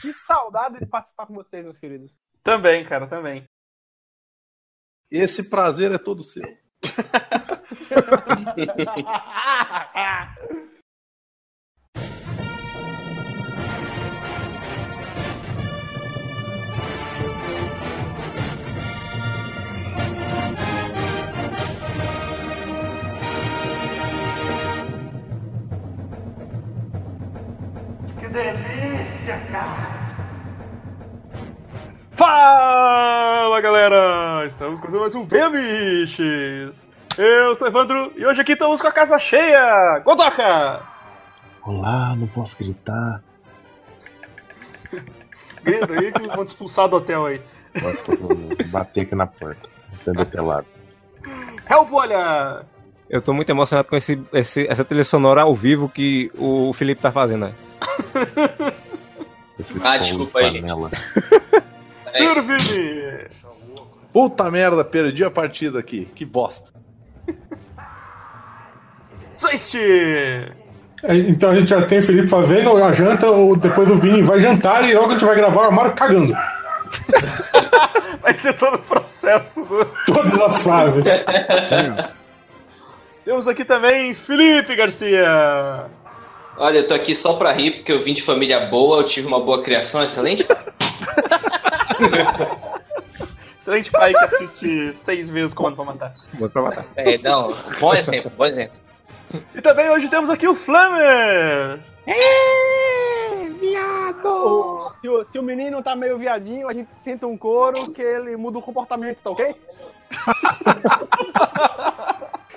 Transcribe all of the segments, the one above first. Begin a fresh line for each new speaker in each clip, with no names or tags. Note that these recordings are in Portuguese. Que saudade de participar com vocês, meus queridos.
Também, cara, também.
Esse prazer é todo seu.
Que delícia, cara!
Fala, galera! Estamos começando mais um Bem Biches! Eu sou Evandro e hoje aqui estamos com a casa cheia! Godoca!
Olá, não posso gritar.
Grita aí que vão te expulsar do hotel aí.
Posso, posso bater aqui na porta. Entendeu pelado.
Hellbolha!
Eu tô muito emocionado com esse, esse- essa trilha sonora ao vivo que o Felipe tá fazendo. né?
Esse
Ah,
som
desculpa
de
aí,
panela.
Serve-me!
Puta merda, perdi a partida aqui. Que bosta.
Soiste!
É, Então a gente já tem o Felipe fazendo a janta, ou depois o Vini vai jantar e logo a gente vai gravar o armário cagando.
Vai ser todo o processo do...
Todas as fases.
Temos aqui também Felipe Garcia!
Olha, eu tô aqui só pra rir, porque eu vim de família boa, eu tive uma boa criação, excelente.
Excelente pai que assiste seis vezes Comando pra Matar.
Bota pra matar.
É, não, bom exemplo, bom exemplo.
E também hoje temos aqui o Flamer!
Se o, se o menino tá meio viadinho, a gente senta um couro que ele muda o comportamento, tá ok?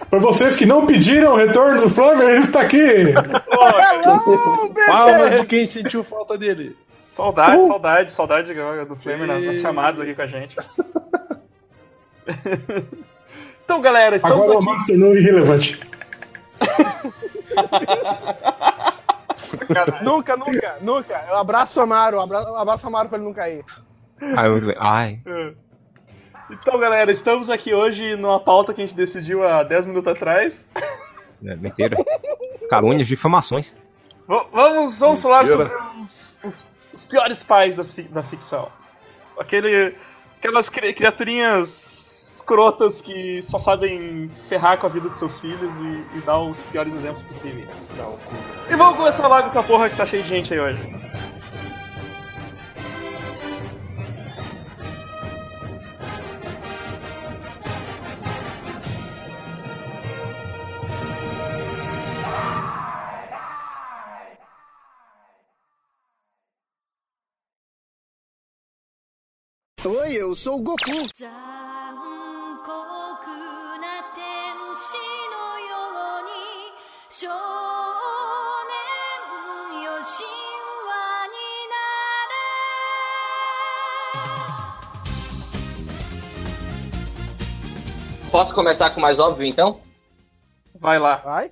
Pra vocês que não pediram o retorno do Flamengo, ele está aqui.
Hello,
Palmas
bebê!
de quem sentiu falta dele.
Saudade, saudade, saudade do Flamer nas, nas
E-
chamadas aqui com a gente. então, galera, estamos
Agora o
aqui.
Amado se tornou irrelevante.
Caralho.
Nunca, nunca, nunca. Eu abraço o Amaro, abra- eu abraço o Amaro pra ele não cair.
Ai, muito bem. Ai.
É. Então, galera, estamos aqui hoje numa pauta que a gente decidiu há 10 minutos atrás.
É, mentira. Calúnias, difamações.
V- vamos, vamos falar
Mentira.
sobre os, os- os piores pais das fi- da ficção. Aquele, aquelas cri- criaturinhas escrotas que só sabem ferrar com a vida dos seus filhos e, e dar os piores exemplos possíveis. E vamos começar logo com essa porra que tá cheia de gente aí hoje.
Oi, eu sou o Goku.
残酷な天使のように少年よ神話になれ
Posso começar com o mais óbvio, então?
Vai lá.
Vai.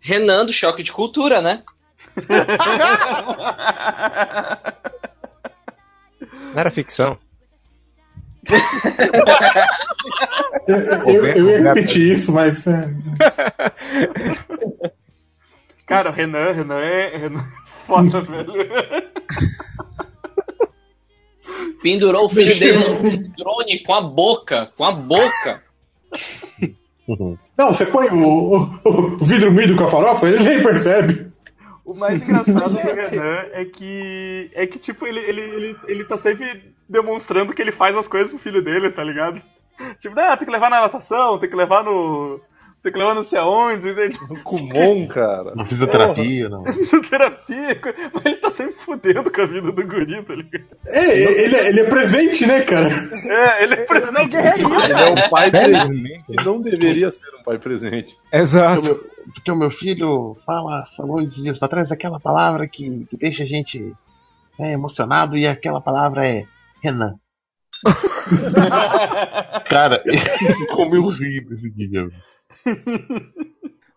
Renan do Choque de Cultura, né?
Não era ficção.
Eu, eu- eu ia repetir isso, mas. é,
Cara, o Renan, Renan é. Renan é foda, velho.
Pendurou o filho dele no drone com a boca, com a boca.
Não, você põe o, o- o vidro mido com a farofa, ele nem percebe.
O mais engraçado do Renan é que. É que, tipo, ele, ele, ele, ele tá sempre demonstrando que ele faz as coisas pro filho dele, tá ligado? Tipo, ah, tem que levar na natação, tem que levar no. Tem que levar não sei aonde, tem que
O Kumon, cara.
Na fisioterapia, não.
fisioterapia, co- mas ele tá sempre fudendo com a vida do guri, tá ligado?
É, ele, ele é presente, né, cara?
É, ele é
Não,
presente.
guerreirinho.
Ele é um pai presente.
né?
Porque
Ele não deveria ser um pai presente.
o
Exato.
meu- Porque o meu filho fala, falou esses dias pra trás aquela palavra que, que deixa a gente né, emocionado e aquela palavra é Renan. Cara, como eu ri desse dia. velho.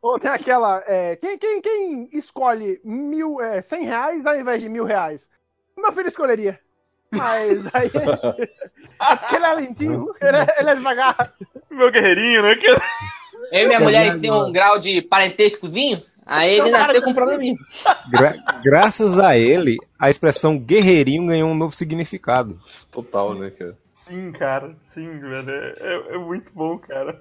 Ou tem aquela. é, quem, quem, quem escolhe mil, é, 100 reais ao invés de mil reais? Meu filho escolheria. Mas aí. aquele é lentinho, ele é, ele é devagar.
Meu guerreirinho, né? Que...
Eu e minha mulher tem um grau de parentescozinho, Aí ele nasceu com um probleminha.
Gra- graças a ele, a expressão guerreirinho ganhou um novo significado.
Total, né, cara?
Sim, cara. Sim, velho. É, é- é muito bom, cara.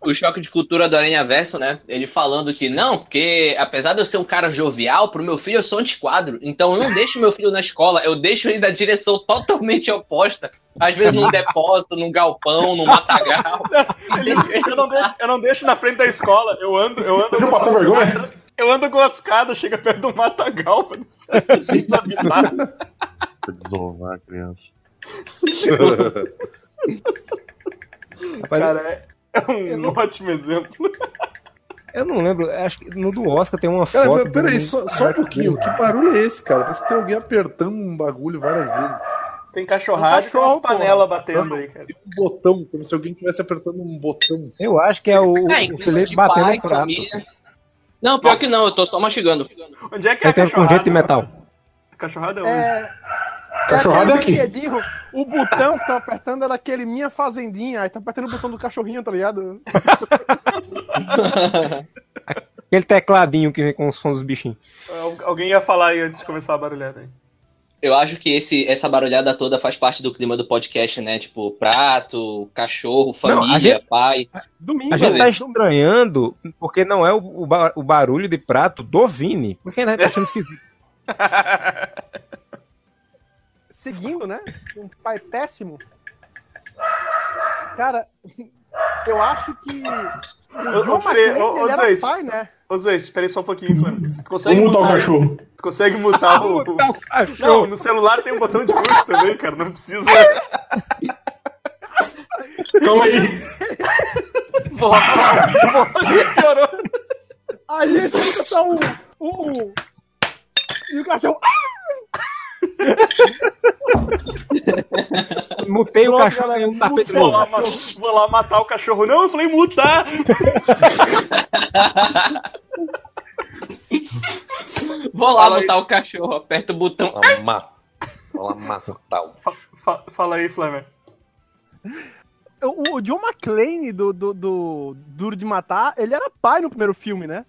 O choque de cultura do Aranha Verso, né? Ele falando que não, porque apesar de eu ser um cara jovial, pro meu filho eu sou antiquadro. Então eu não deixo meu filho na escola, eu deixo ele na direção totalmente oposta. Às vezes num depósito, num galpão, num matagal.
Ele- eu, não deixo, eu não deixo na frente da escola. Eu ando, eu ando.
Ele não passou vergonha?
Eu ando com as escadas, chega perto do matagal pra assim, deixar desabitado.
Pra desovar a criança.
Rapaz,
Cara, é, é um ótimo exemplo.
eu não lembro, acho que no do Oscar tem uma
Cara,
foto.
mas peraí,
do-
só, só um pouquinho. Que barulho é esse, cara? Parece que tem alguém apertando um bagulho várias vezes.
Tem cachorrada e tem umas panelas batendo aí, cara.
Um botão, como se alguém estivesse apertando um botão.
Eu acho que é o,
Ah, em
o
clima
Felipe
de
batendo
pai,
no prato.
família. Não, pior que não, eu tô só mastigando.
Onde é que é a
Aí tem um
cachorrada?
jeito de metal.
Cachorrada é onde?
É.
Cachorrada
aquele
aqui.
brinquedinho, O botão que tá apertando era aquele minha fazendinha. Aí tá apertando o botão do cachorrinho, tá ligado?
Aquele tecladinho que vem com o som dos bichinhos.
É, Al- Alguém ia falar aí antes de começar a barulhada aí.
Eu acho que esse, essa barulhada toda faz parte do clima do podcast, né? Tipo, prato, cachorro, família,
a gente-
pai.
Domingo.
A gente tá
Beleza.
estranhando porque não é o, o ba- o barulho de prato do Vini. Por isso que a gente tá achando esquisito.
Seguindo, né? Um pai péssimo. Cara, eu acho que.
Ô,
O
ô,
John
Fê,
McClane,
ô, ô,
ele era
Zeus.
pai, né?
Ô, Zé, espera aí só um pouquinho, mano. Tu
Vou
consegue
mutar
um
o
mutar-
cachorro.
Tu consegue mutar o... o- Não, no celular tem um botão de mute também, cara. Não precisa...
Calma aí.
Piorou.
A gente escuta um. um... E o cachorro.
Mutei o
Pronto,
cachorro
galera,
em um tapete
Vou
novo.
lá, ma- vou lá matar o cachorro. Não, eu falei mutar.
Vou lá
Fala aí.
botar o cachorro, aperta o botão.
Ela mata. Ela mata tal.
Fa- Fala aí, Flamengo.
O, o John McClane do, do, do Duro de Matar, ele era pai no primeiro filme, né?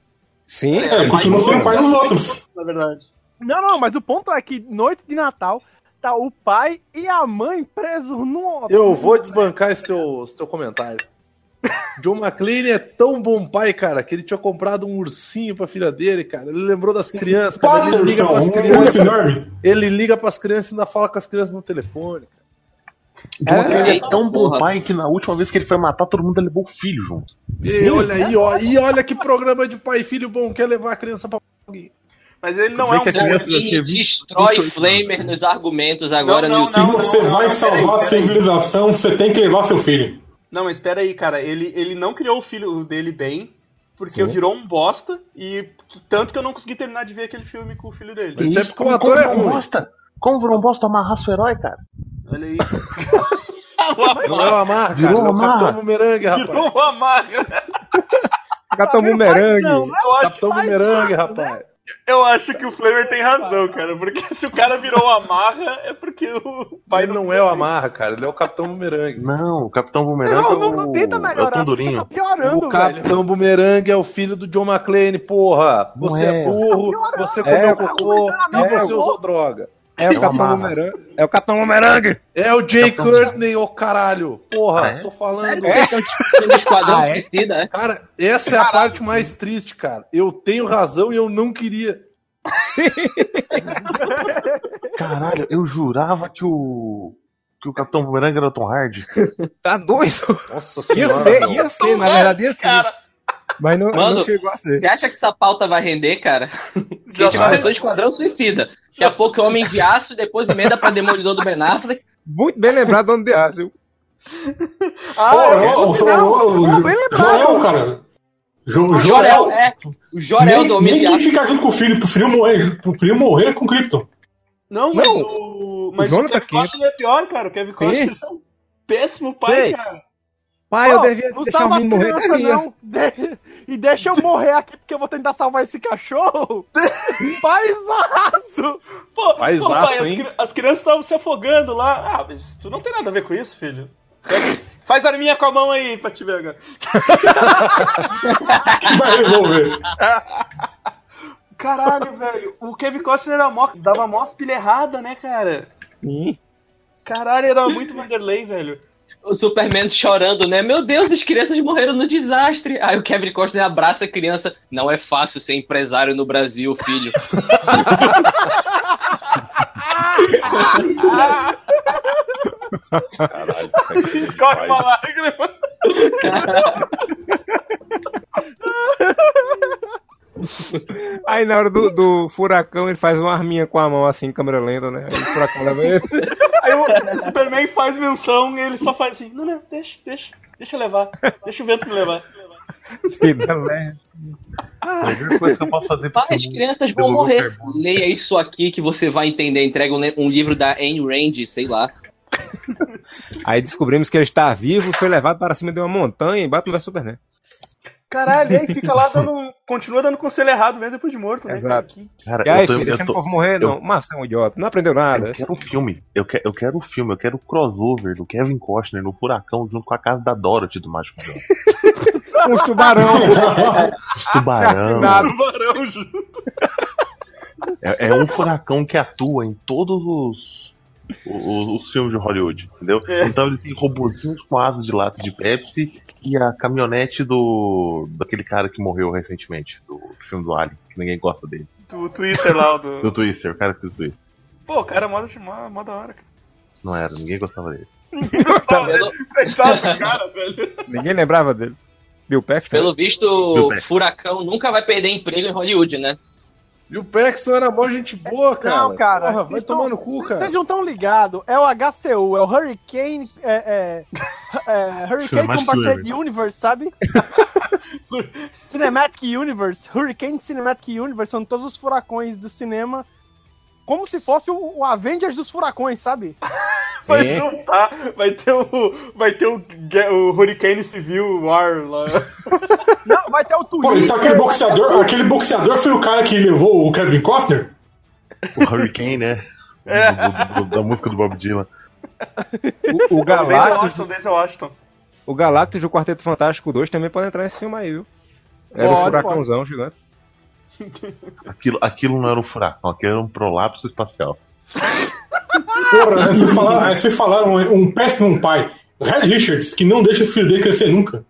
Sim,
É, ele continua sendo pai dos outros.
Na verdade.
Não, não, mas o ponto é que noite de Natal tá o pai e a mãe presos no.
Eu vou desbancar esse teu, esse teu comentário. John McClane é tão bom pai, cara, que ele tinha comprado um ursinho pra filha dele, cara. Ele lembrou das crianças, cara.
Quatro
Ele liga
são.
pras
Um urso
crianças.
enorme.
Ele liga pras crianças e ainda fala com as crianças no telefone.
Então ele é
eita,
tão bom
porra.
pai que na última vez que ele foi matar, todo mundo levou o filho junto.
E olha aí, ó. E olha que programa de pai e filho bom. Quer levar a criança pra.
Mas ele não é um...
Vê que a
bom-
criança vai
E
ter 20,
destrói
28.
Flamer nos argumentos agora
Não,
no
não,
Se
YouTube.
você
não,
vai
não,
salvar
peraí,
a
peraí.
civilização, você tem que levar seu filho.
Não, mas espera aí, cara. Ele, ele não criou o filho dele bem, porque
Sim.
virou um bosta, e que- tanto que eu não consegui terminar de ver aquele filme com o filho dele.
Isso é porque o
Como
ator é
virou um
ruim.
bosta? Como virou um bosta amarrar seu herói, cara?
Olha aí.
Não é o Amar, cara.
Virou
É o
Amar.
Capitão Bumerangue, rapaz.
Virou uma marca.
Capitão Bumerangue.
Eu acho,
Capitão Bumerangue, rapaz.
eu acho que o Flamer tem razão, cara. Porque se o cara virou uma marra, é porque o pai
Ele não é o Amarra, cara. Ele é o Capitão Bumerangue.
Não, o Capitão Boomerang
Não,
é o...
não, não tenta
é o
melhorar, você
Tandurinho.
tá piorando,
o
velho.
Capitão Bumerangue é o filho do John McClane, porra.
Não
Você é,
é.
burro, você comeu
É,
cocô
não,
e
não,
você
não.
usou droga.
É o Capitão
Amarra.
Bumerangue. É o Capitão Bumerangue.
É o Jay
Capitão-
Courtney, ô caralho. Porra,
Ah, é?
tô falando.
Sério, vocês estão discutindo o Esquadrão
Ah, é?
Suicida, né?
Cara, essa é a parte mais triste, cara. Eu tenho razão e eu não queria.
Caralho, eu jurava que o... Que o Capitão Boomerang era o Tom Hardy.
Tá doido?
Nossa
Ia
senhora.
ser,
não.
ia ser,
é,
na verdade ia ser. Mas não,
Mano,
não chegou a ser.
Você acha que essa pauta vai render, cara?
Já
a gente
vai.
começou Esquadrão Suicida. Daqui a pouco é Homem de Aço, depois emenda pra Demolidor do Ben Affleck.
Muito bem lembrado, dono de aço.
É,
Jorel,
Ah,
o-
final.
o- o-
Pô, bem lembrado.
Jorel, cara. Jo-
Jorel,
Jorel.
é. O Jorel
Nem,
do Homem
nem
de
quem
Aço.
ficar junto com o filho, pro filho morrer, pro filho morrer com o Krypton.
Não, mas
Não.
o. Mas
O
o,
Jonathan
Kevin Costner é pior, cara. O Kevin Costner é um péssimo pai,
Sim.
cara.
Pai,
Ó,
eu devia
não
deixar o
salva as
menino morrer.
crianças,
devia.
não. De- E deixa eu morrer aqui porque eu vou tentar salvar esse cachorro. Paisaço!
Pô,
Paisaço,
pô, pai, as,
hein?
cri- as crianças estavam se afogando lá. Ah, mas tu não tem nada a ver com isso, filho. Pega- Faz arminha com a mão aí pra te ver agora.
Que vai resolver.
Caralho, velho. O Kevin Costner era mó, dava mó as pilhas erradas, né, cara?
Sim.
Caralho, era muito Vanderlei, velho.
O Superman chorando, né? Meu Deus, as crianças morreram no desastre. Aí o Kevin Costner abraça a criança. Não é fácil ser empresário no Brasil, filho.
Caralho. Escorre uma lágrima.
Aí na hora do, do furacão ele faz uma arminha com a mão assim, câmera lenta, né? Aí o furacão leva ele.
Aí o Superman faz menção e ele só faz assim: não, não, deixa, deixa, deixa eu levar, deixa o vento me levar.
Vida leve.
A melhor coisa que eu posso fazer pra
Várias crianças vão morrer. Leia isso aqui que você vai entender. Entrega um, li- um livro da Anne Rand, sei lá.
Aí descobrimos que ele está vivo, foi levado para cima de uma montanha e Batman vs Superman.
Caralho, e aí fica lá dando. Continua dando conselho errado mesmo depois de morto, né? cara?
Exato.
Que-
Cara,
E aí,
eu tô-
filho,
eu
deixando
tô-
o povo morrer, não. Mas você é um idiota, não aprendeu nada.
Eu quero um filme. Eu, que, eu quero um filme. Eu quero o crossover do Kevin Costner no Furacão junto com a casa da Dorothy do Mágico Johnson.
Um tubarão.
Os tubarão.
Nada.
Tubarão, Ju.
É, é um furacão que atua em todos os, os, os filmes de Hollywood, entendeu?
É.
Então ele tem robozinhos com asas de lata de Pepsi e a caminhonete do daquele cara que morreu recentemente, do, filme do Alien, que ninguém gosta dele.
Do Twitter lá, do.
Do Twister, o cara que fez o Twister.
Pô, cara, é mó, de- mó, mó da hora. cara.
Não era, ninguém gostava dele.
Pô,
Pelo,
Coitado do cara, velho.
Ninguém lembrava dele. Bill Paxton.
pelo visto,
Super.
Furacão nunca vai perder emprego em Hollywood, né?
E o Paxton era mó gente boa, cara.
Não, cara.
Porra, vai
Vocês
tomar
tão-
no cu, cara.
Vocês não estão ligados. É o HCU, é o Hurricane. É, é, é, Hurricane
Cinematic
Compartilhado Universe, sabe? Cinematic Universe. Hurricane Cinematic Universe são todos os furacões do cinema. Como se fosse o, o Avengers dos furacões, sabe?
Vai
É.
juntar, vai ter o. Vai ter o, Ga- o Hurricane Civil War lá.
Não, vai ter o
Pô,
tá
então aquele
Twister.
é
boxeador, aquele boxeador foi o cara que levou o Kevin Costner?
O Hurricane, né? Do- do- do- da música do Bob Dylan.
O,
Denzel
o Galactus,
Washington, Denzel Washington.
o Galactus e o Quarteto Fantástico 2 também podem entrar nesse filme aí, viu? Era um
Pode,
furacãozão gigante.
Aquilo, aquilo não era um furacão, aquilo era um prolapso espacial.
Porra, aí foi falar, aí foi falar um, um péssimo pai. Red Richards, que não deixa o filho dele crescer nunca.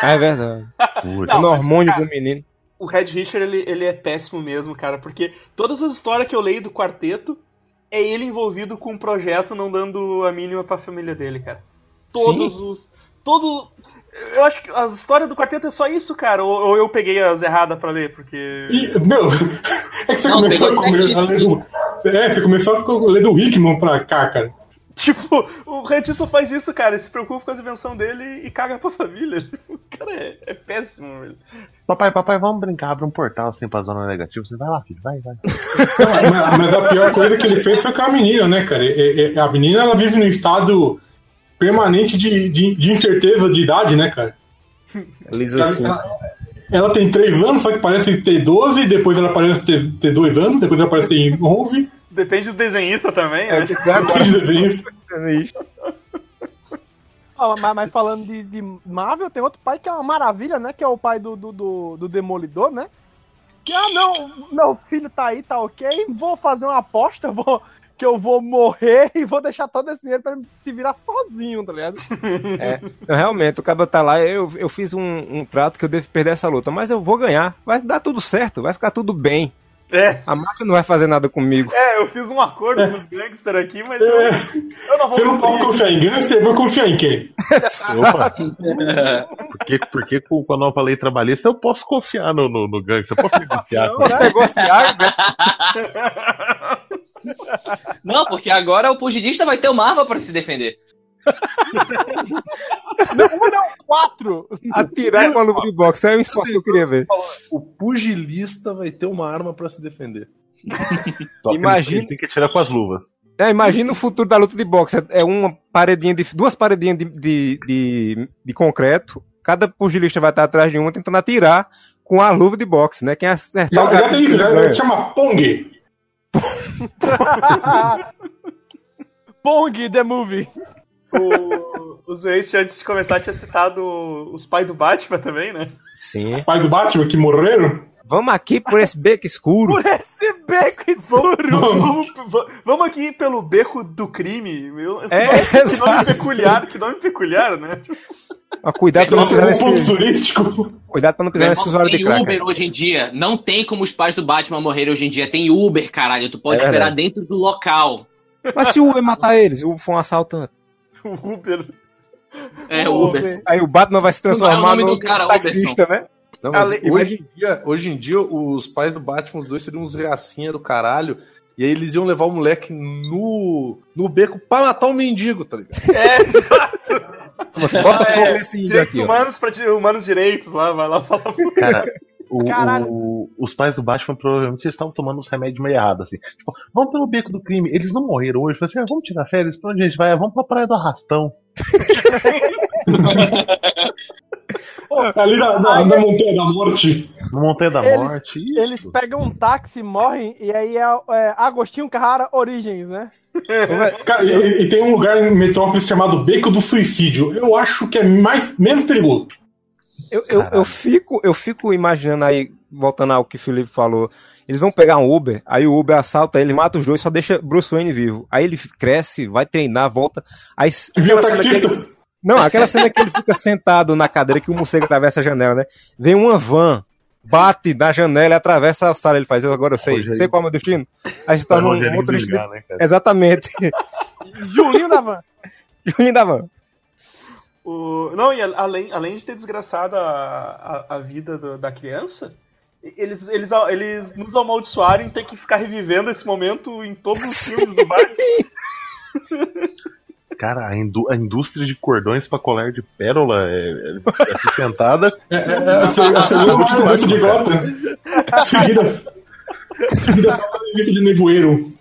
Ah, é verdade.
Putz.
O Um hormônio
cara.
do menino.
O Red Richard, ele, ele é péssimo mesmo, cara, porque todas as histórias que eu leio do quarteto é ele envolvido com um projeto não dando a mínima pra família dele, cara. Todos os. Todo. Eu acho que as histórias do quarteto é só isso, cara. Ou, ou eu peguei as erradas pra ler, porque.
E, meu, é que você
Não,
começou
pegou
a comer- a ler do. É, você começou a ler do Hickman pra cá, cara.
Tipo, o Red só faz isso, cara. Ele se preocupa com as invenções dele e caga pra família. O cara é, é péssimo, velho.
Papai, papai, vamos brincar, abre um portal assim pra zona negativa. Você vai lá, filho, vai, vai.
Não, mas- mas a pior coisa que ele fez foi com a menina, né, cara? E- e- A menina, ela vive num estado permanente de, de, de incerteza de idade, né, cara?
Lisa
Ela, ela- ela tem 3 anos, só que parece ter 12, depois ela parece ter, ter 2 anos, depois ela parece ter 11.
Depende do desenhista também, né?
Depois de desenho.
Ah, mas, mas falando de, de Marvel, tem outro pai que é uma maravilha, né? Que é o pai do, do, do, do Demolidor, né? Que, ah, não, meu filho tá aí, tá ok, vou fazer uma aposta, vou, que eu vou morrer e vou deixar todo esse dinheiro pra ele se virar sozinho, tá ligado?
Não, realmente, o cara tá lá, eu, eu fiz um, um prato que eu devo perder essa luta, mas eu vou ganhar. Vai dar tudo certo, vai ficar tudo bem.
É,
A máfia não vai fazer nada comigo.
é, eu fiz um acordo com os gangsters aqui, mas eu,
É,
eu não vou
se eu não posso confiar em gangster, eu vou confiar em quem?
Opa! Porque, porque com com a nova lei trabalhista eu posso confiar no, no, no gangue, eu posso negociar. com-
Posso negociar, né?
Não, porque agora o pugilista vai ter uma arma pra se defender.
Quatro!
atirar com a luva de boxe. É um esporte que eu queria ver.
O pugilista vai ter uma arma pra se defender.
Só que ele-
Imagina-
Ele tem que atirar com as luvas.
É, imagina o futuro da luta de boxe. É uma paredinha de. duas paredinhas de, de, de, de concreto. Cada pugilista vai estar atrás de uma tentando atirar com a luva de boxe, né? Quem acertar
Já,
o
já tem isso, já,
ganha.
se chama Pong.
Pong The Movie!
O, o Zueste, antes de começar, tinha citado os pais do Batman também, né?
Sim.
Pai do Batman, que morreram.
Vamos aqui por esse beco escuro.
Por esse beco escuro.
Vamos, va- vamos aqui pelo beco do crime. Meu,
É,
que nome- que nome
exato.
peculiar, que nome peculiar, né?
Ó, cuidado pra não pisar nesse.
é um turístico.
Cuidado pra não pisar
Meu
nesse
irmão,
usuário de
tem um
crack.
Uber hoje em dia. Não tem como os pais do Batman morrerem hoje em dia. Tem Uber, caralho. Tu pode
É
esperar
verdade.
dentro do local.
Mas se o Uber matar eles, o Uber for um assaltante.
Tipo, O Uber.
É Uber.
Aí o Batman vai se
Não é o
transformar
nome
no
do cara,
taxista,
Uberson.
né?
Não, mas
Ale-
hoje, em dia, hoje em dia, os pais do Batman, os dois seriam uns gracinha do caralho. E aí eles iam levar o moleque no, no beco pra matar um mendigo, tá ligado?
Bota
Ah,
fogo
é,
nesse índio
direitos
aqui. ó.
humanos pra di- humanos direitos lá, vai lá falar.
Cara, o-
Caralho.
o- os pais do Batman provavelmente estavam tomando os remédios meio errados, assim. Tipo, vamos pelo beco do crime. Eles não morreram hoje. Falaram assim, ah, vamos tirar férias. Pra onde a gente vai? Ah, Vamos pra praia do arrastão.
Ali na, na, na Montanha da Morte.
Na Montanha da
Eles-
Morte. Isso.
Eles pegam um táxi, morrem, e aí é, é Agostinho Carrara Origens, né?
Cara, e, e tem um lugar em Metrópolis chamado Beco do Suicídio. Eu acho que é mais, menos perigoso.
Eu, eu, eu, fico, eu fico imaginando aí, voltando ao que o Felipe falou, eles vão pegar um Uber, aí o Uber assalta ele, mata os dois, só deixa Bruce Wayne vivo. Aí ele cresce, vai treinar, volta. Aí,
E vira
aquela cena que
taxista.
ele- não, aquela cena que ele fica sentado na cadeira que o morcego atravessa a janela, né? Vem uma van, bate na janela e atravessa a sala. Ele faz, eu agora eu sei,
Rogerinho.
sei qual é o meu destino. Aí você tá
Pra
num
Rogerinho
outro
brigar,
destino.
né, cara?
Exatamente.
Julinho da Van.
Julinho da van.
O- Não, e a- além, além de ter desgraçado a, a, a vida do- da criança, e- eles, eles, a- eles nos amaldiçoaram em ter que ficar revivendo esse momento em todos os filmes do Batman.
Cara, a, indú- a indústria de cordões pra colar de pérola é, é sustentada
É, é, é, a se- a segunda maior doença de Gotham. Seguida. Seguida só pela doença de nevoeiro.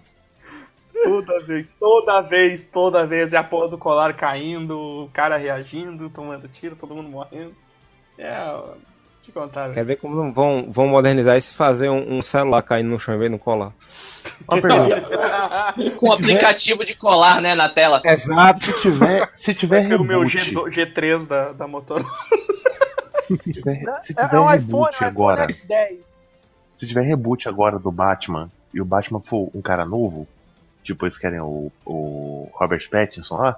Toda vez, toda vez, toda vez. E a porra do colar caindo, o cara reagindo, tomando tiro, todo mundo morrendo. É, ó, te contar,
Quer
velho.
ver como vão, vão modernizar isso e fazer um, um celular caindo no chão e não colar.
Uma
Então,
pergunta.
Com o aplicativo de colar, né, na tela.
Exato.
Se tiver, se tiver
Pelo meu
reboot,
G, 3 da, da Motorola.
se tiver, se
É,
tiver
é um iPhone,
reboot
um iPhone
agora,
X10.
se tiver reboot agora do Batman e o Batman for um cara novo, tipo eles querem o, o Robert Pattinson lá,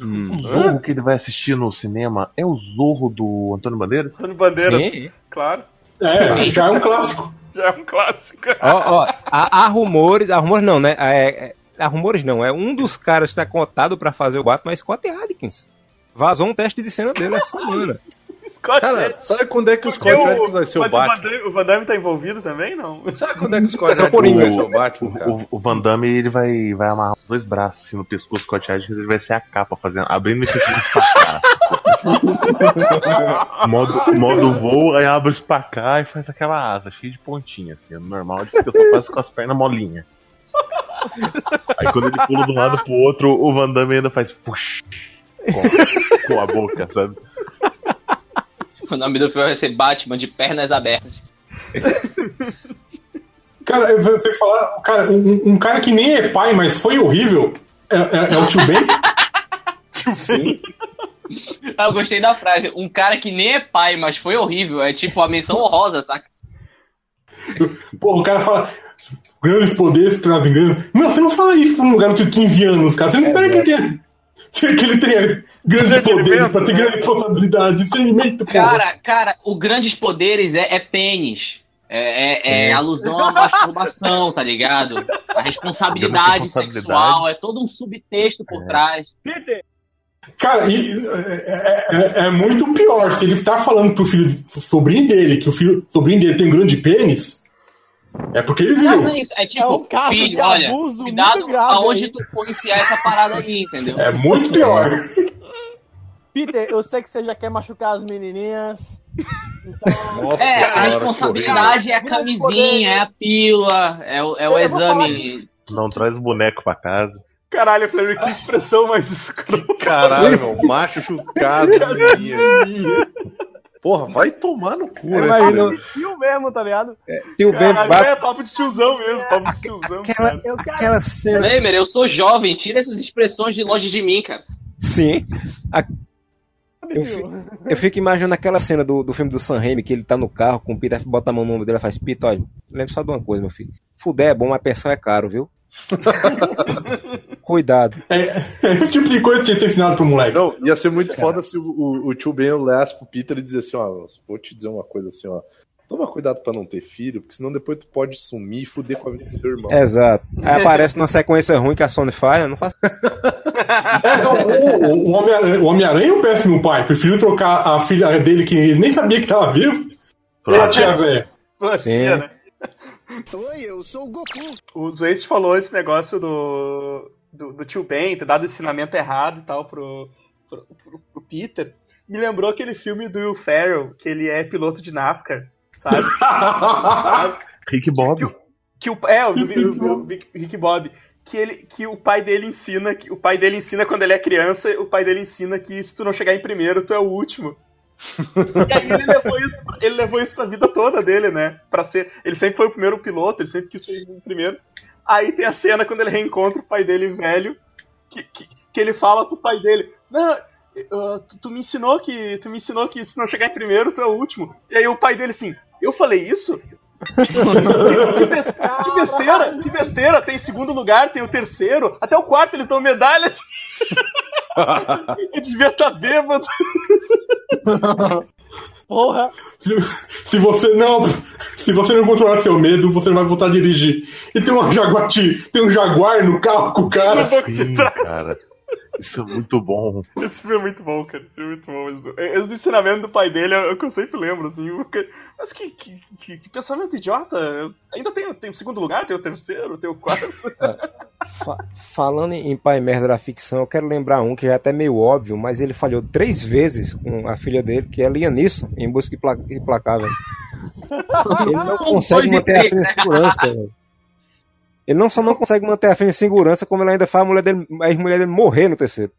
o Zorro que ele vai assistir no cinema é o Zorro do Antônio Bandeiras?
Sônia Bandeiras, claro.
É, já é um clássico.
Já é um clássico.
Ó, ó, há, há rumores, há rumores não, né? É, é, há rumores não, é um dos caras que tá cotado pra fazer o Batman, é Scott Adkins. Vazou um teste de cena dele essa semana.
Scott
Cara, sabe quando é que o
Porque
Scott
o-
Adkins vai ser o
mas o Van
Batman?
Damme- o Van Damme tá envolvido também, não?
Sabe quando é que o Scott
Vai ser o
Adkins vai
Coringa.
ser o Batman, cara?
O, o Van Damme ele vai, vai amarrar os dois braços assim, no pescoço com a Tia Adkins, ele vai ser a capa fazendo, abrindo e fechando o cara. modo, modo voo, aí abre o espacar e faz aquela asa cheia de pontinha, assim, normal, de que eu só faço com as pernas molinhas. Aí quando ele pula de um lado pro outro, o Van Damme ainda faz push com, com a boca, sabe?
O nome do filme vai ser Batman de pernas abertas.
Cara, eu vou- vocês falaram. Cara, um, um cara que nem é pai, mas foi horrível. É, é- é o tio Ben?
Ah, eu gostei da frase. Um cara que nem é pai, mas foi horrível. É tipo a menção honrosa, saca?
Porra, o cara fala. Grandes poderes trazem grandes. Não, você não fala isso pra um garoto de 15 anos, cara. Você
É
não espera que ele tenha. Que ele tenha grandes poderes pra
né?
ter grande responsabilidade. Discernimento, porra.
Cara, cara, o Grandes Poderes é, é pênis. É, é- é alusão à masturbação, tá ligado? A responsabilidade
Responsabilidade.
sexual, é todo um subtexto
É.
por trás.
Cara, e, é, é- é muito pior se ele tá falando pro filho, pro sobrinho dele, que o filho, sobrinho dele tem um grande pênis. É porque ele
Não, não
viu.
é isso. É tipo,
É um caso de
filho, olha,
abuso
cuidado
muito grave
aonde
aí.
tu for enfiar essa parada ali, entendeu?
É muito pior.
Peter, eu sei que você já quer machucar as menininhas. Então,
Nossa
É, a
que horrível.
responsabilidade é a camisinha, é a pílula, é o, é o
Eu vou falar
exame.
Não traz o boneco pra casa.
Caralho, Flamengo, que expressão mais escrota.
Caralho, meu, macho chucado. menino. Porra, vai tomar no cu, né?
mas
cara?
não-
fio mesmo, tá ligado?
Se o Ben
Caralho,
bate
é papo de tiozão mesmo, papo de tiozão.
É, aquela,
cara.
aquela cena.
Lemer, eu sou jovem, tira essas expressões de longe de mim, cara.
Sim. A- Eu fico, eu fico imaginando aquela cena do, do filme do Sam Raimi, que ele tá no carro com o Peter, bota a mão no ombro dele e faz, Peter, olha, lembra só de uma coisa, meu filho. Fuder é bom, mas pensão é caro, viu? Cuidado.
É, é esse tipo de coisa que ele tem ensinado pro moleque.
Não, ia ser muito foda se o, o, o tio Ben olhasse pro Peter e dissesse assim, ó, vou te dizer uma coisa assim, ó. Toma cuidado pra não ter filho, porque senão depois tu pode sumir e fuder com a vida do teu irmão.
Exato. Aí aparece uma sequência ruim que a Sony faz, eu não faço.
É, o, o- o Homem-Aranha- o Homem-Aranha é um péssimo pai. Preferiu trocar a filha dele, que ele nem sabia que tava vivo, pela tia velha.
Pela tia, né?
Oi, eu sou o Goku.
O Zeus falou esse negócio do, do, do tio Ben, ter dado ensinamento errado e tal pro, pro, pro- pro Peter. Me lembrou aquele filme do Will Ferrell, que ele é piloto de NASCAR, sabe?
Ah,
Sabe?
Rick Bob.
que o, é, o, o- o Rick Bob. Que, ele, que o pai dele ensina, que o pai dele ensina quando ele é criança, o pai dele ensina que se tu não chegar em primeiro, tu é o último. e aí ele levou, isso, pra- ele levou isso pra vida toda dele, né? Pra ser, ele sempre foi o primeiro piloto, ele sempre quis ser o primeiro. Aí tem a cena quando ele reencontra o pai dele velho, que, que, que ele fala pro pai dele, não, ah, tu, tu me ensinou que tu me ensinou que se não chegar em primeiro, tu é o último. E aí o pai dele assim, eu falei isso? que, bes- que besteira, que besteira, tem segundo lugar, tem o terceiro, até o quarto eles dão medalha. Eu devia estar bêbado.
Porra!
Se, se você não. Se você não controlar seu medo, você não vai voltar a dirigir. E tem uma jaguati, tem um jaguar no carro com o cara.
né,
Sim, cara. Isso é muito bom.
Esse filme é muito bom, cara. Esse filme é muito bom. Esse- Esse do ensinamento do pai dele é o que eu sempre lembro, assim. porque- Mas que, que, que- que pensamento idiota. Eu- Ainda tem, tem o segundo lugar, tem o terceiro, tem o quarto.
Fa- falando em pai merda da ficção, eu quero lembrar um que já é até meio óbvio, mas ele falhou três vezes com a filha dele, que é Lianisson, em busca Impla- implacável. Ele não consegue manter a filha em segurança. velho. Ele não só não consegue manter a filha em segurança, como ele ainda faz a mulher dele, a ex-mulher dele morrer no terceiro.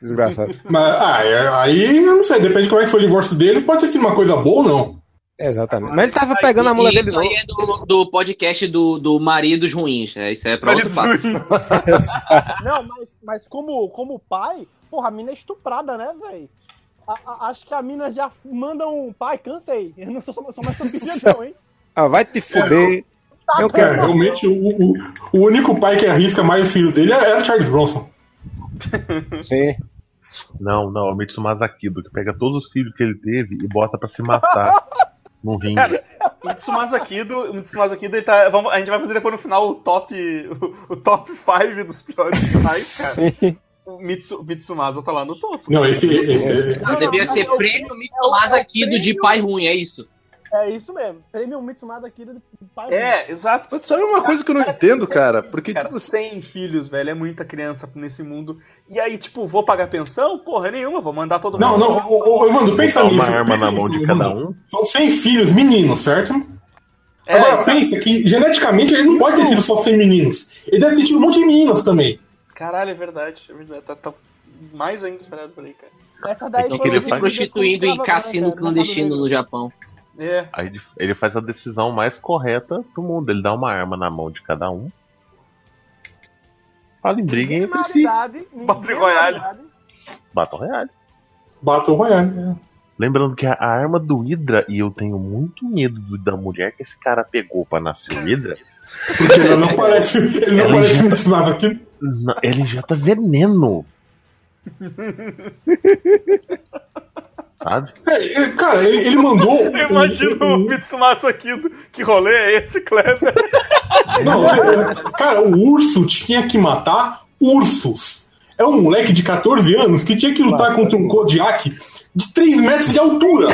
Desgraçado.
Mas ah, é- aí eu não sei, depende de como é que foi o divórcio dele, pode ter sido uma coisa boa ou não.
Exatamente. Mas ele tava pegando a mulher
E
dele,
isso
não.
aí é do, do podcast do, do Maridos Ruins, né? Isso é pra outro papo.
Não, mas, mas como, como pai, porra, a mina é estuprada, né, velho? Acho que a mina já manda um pai, cansei. Eu não sou, sou mais filha, não, hein?
Ah, vai te fuder.
Tá
Eu
É,
quero.
realmente, o, o, o único pai que arrisca mais o filho dele era Charles Bronson.
Sim.
Não, não, é o Mitsumasa Kido, que pega todos os filhos que ele teve e bota pra se matar num ringue.
O Mitsumasa Kido, o Mitsumasa Kido, ele tá. vamos- a gente vai fazer depois no final o top. O, o top 5 dos piores finais, cara. O Mitsu- Mitsumasa tá lá no topo.
Não, esse. esse
Não, é devia ser prêmio Michelás aqui do de pai ruim, é isso.
É isso mesmo. Prêmio Mitsumada aqui do pai.
É, exato.
Mas sabe uma coisa que eu não entendo, cara? Porque,
Cara,
tipo assim,
100 filhos, velho, é muita criança nesse mundo. E aí, tipo, vou pagar pensão? Porra nenhuma, vou mandar todo
Não,
mundo.
não, ô, ô, Evandro, pensa
Botar
nisso.
uma arma
pensa
na mão
nisso,
de cada
Evandro.
um.
São 100 filhos, meninos, certo?
É,
Agora
exato.
pensa que geneticamente ele não pode ter tido só 100 meninos. Ele deve ter tido um monte de meninas também.
Caralho, é verdade. É verdade. Tá, tá mais ainda esperado por aí, cara.
Essa daí
Então,
foi
que
um
ele
Ele
dos
se
faz-
primeiros
prostituindo
filmes
em
que eu tava né,
cassino
vendo, cara,
clandestino
no
no Japão.
É.
Aí ele- ele faz a decisão mais correta do mundo. Ele dá uma arma na mão de cada um. Fala em briga
Ninguém
entre si.
maldade, ninguém
Battle Royale.
maldade.
Battle Royale.
Battle Royale. né?
Lembrando que a a arma do Hydra, e eu tenho muito medo do- da mulher que esse cara pegou pra nascer o Hydra,
Porque ele não parece. Ele não parece muito nada aqui.
na- ele já tá veneno. Sabe?
É, é, cara, ele, ele mandou.
Eu imagino o Mitsumasa Kido. Que rolê é esse, Kleber?
Não, você- cara, o urso tinha que matar ursos. É um moleque de 14 anos que tinha que lutar contra um Kodiak de 3 metros de altura.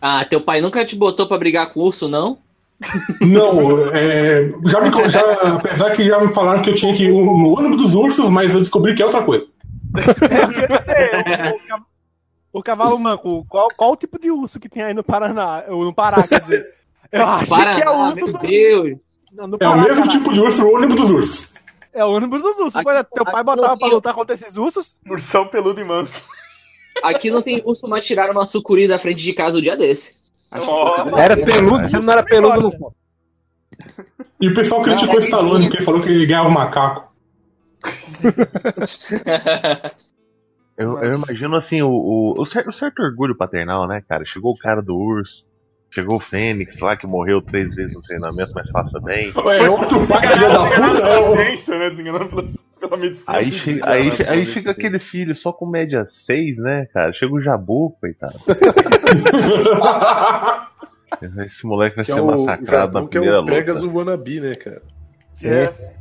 Ah, teu pai nunca te botou pra brigar com urso, não?
Não, é, já me, con- já, apesar que já me falaram que eu tinha que ir no ônibus dos ursos, mas eu descobri que é outra coisa.
É, o- o ca- O cavalo manco, qual, qual o tipo de urso que tem aí no Paraná? Ou no Pará, quer dizer. Eu achei que é o
Paraná,
urso
meu
do...
Deus.
Não, no
É o
Pará,
mesmo
cara.
tipo de urso, o ônibus dos ursos.
É o ônibus dos ursos.
Aqui-
Pois é, teu
aqui
pai
no
botava pra
Rio-
lutar contra esses ursos?
Ursão peludo e manso.
Aqui não tem urso, mas tiraram uma sucuri da frente de casa o dia desse. Acho
Oh.
que-
Era peludo, você não era peludo
É.
no.
E o pessoal criticou
Não,
o Stallone, porque ele falou que ele ganhava um macaco.
Eu, eu imagino assim, o, o, o cer- o certo, orgulho paternal, né, cara? Chegou o cara do urso, chegou o Fênix lá que morreu três vezes no treinamento, mas faça bem.
É outro pai, filho da
Desenganado
puta. é
pela
o-
ciência, né? Desenganado pela, pela
É
medicina.
Aí, che- aí, che- aí chega aquele filho só com média 6, né, cara? Chega o Jabu, coitado. Esse moleque vai
Que é
ser
o,
massacrado
Jabu,
na
que é
primeira
o
luta.
Pegasus Wannabe, né, cara?
É.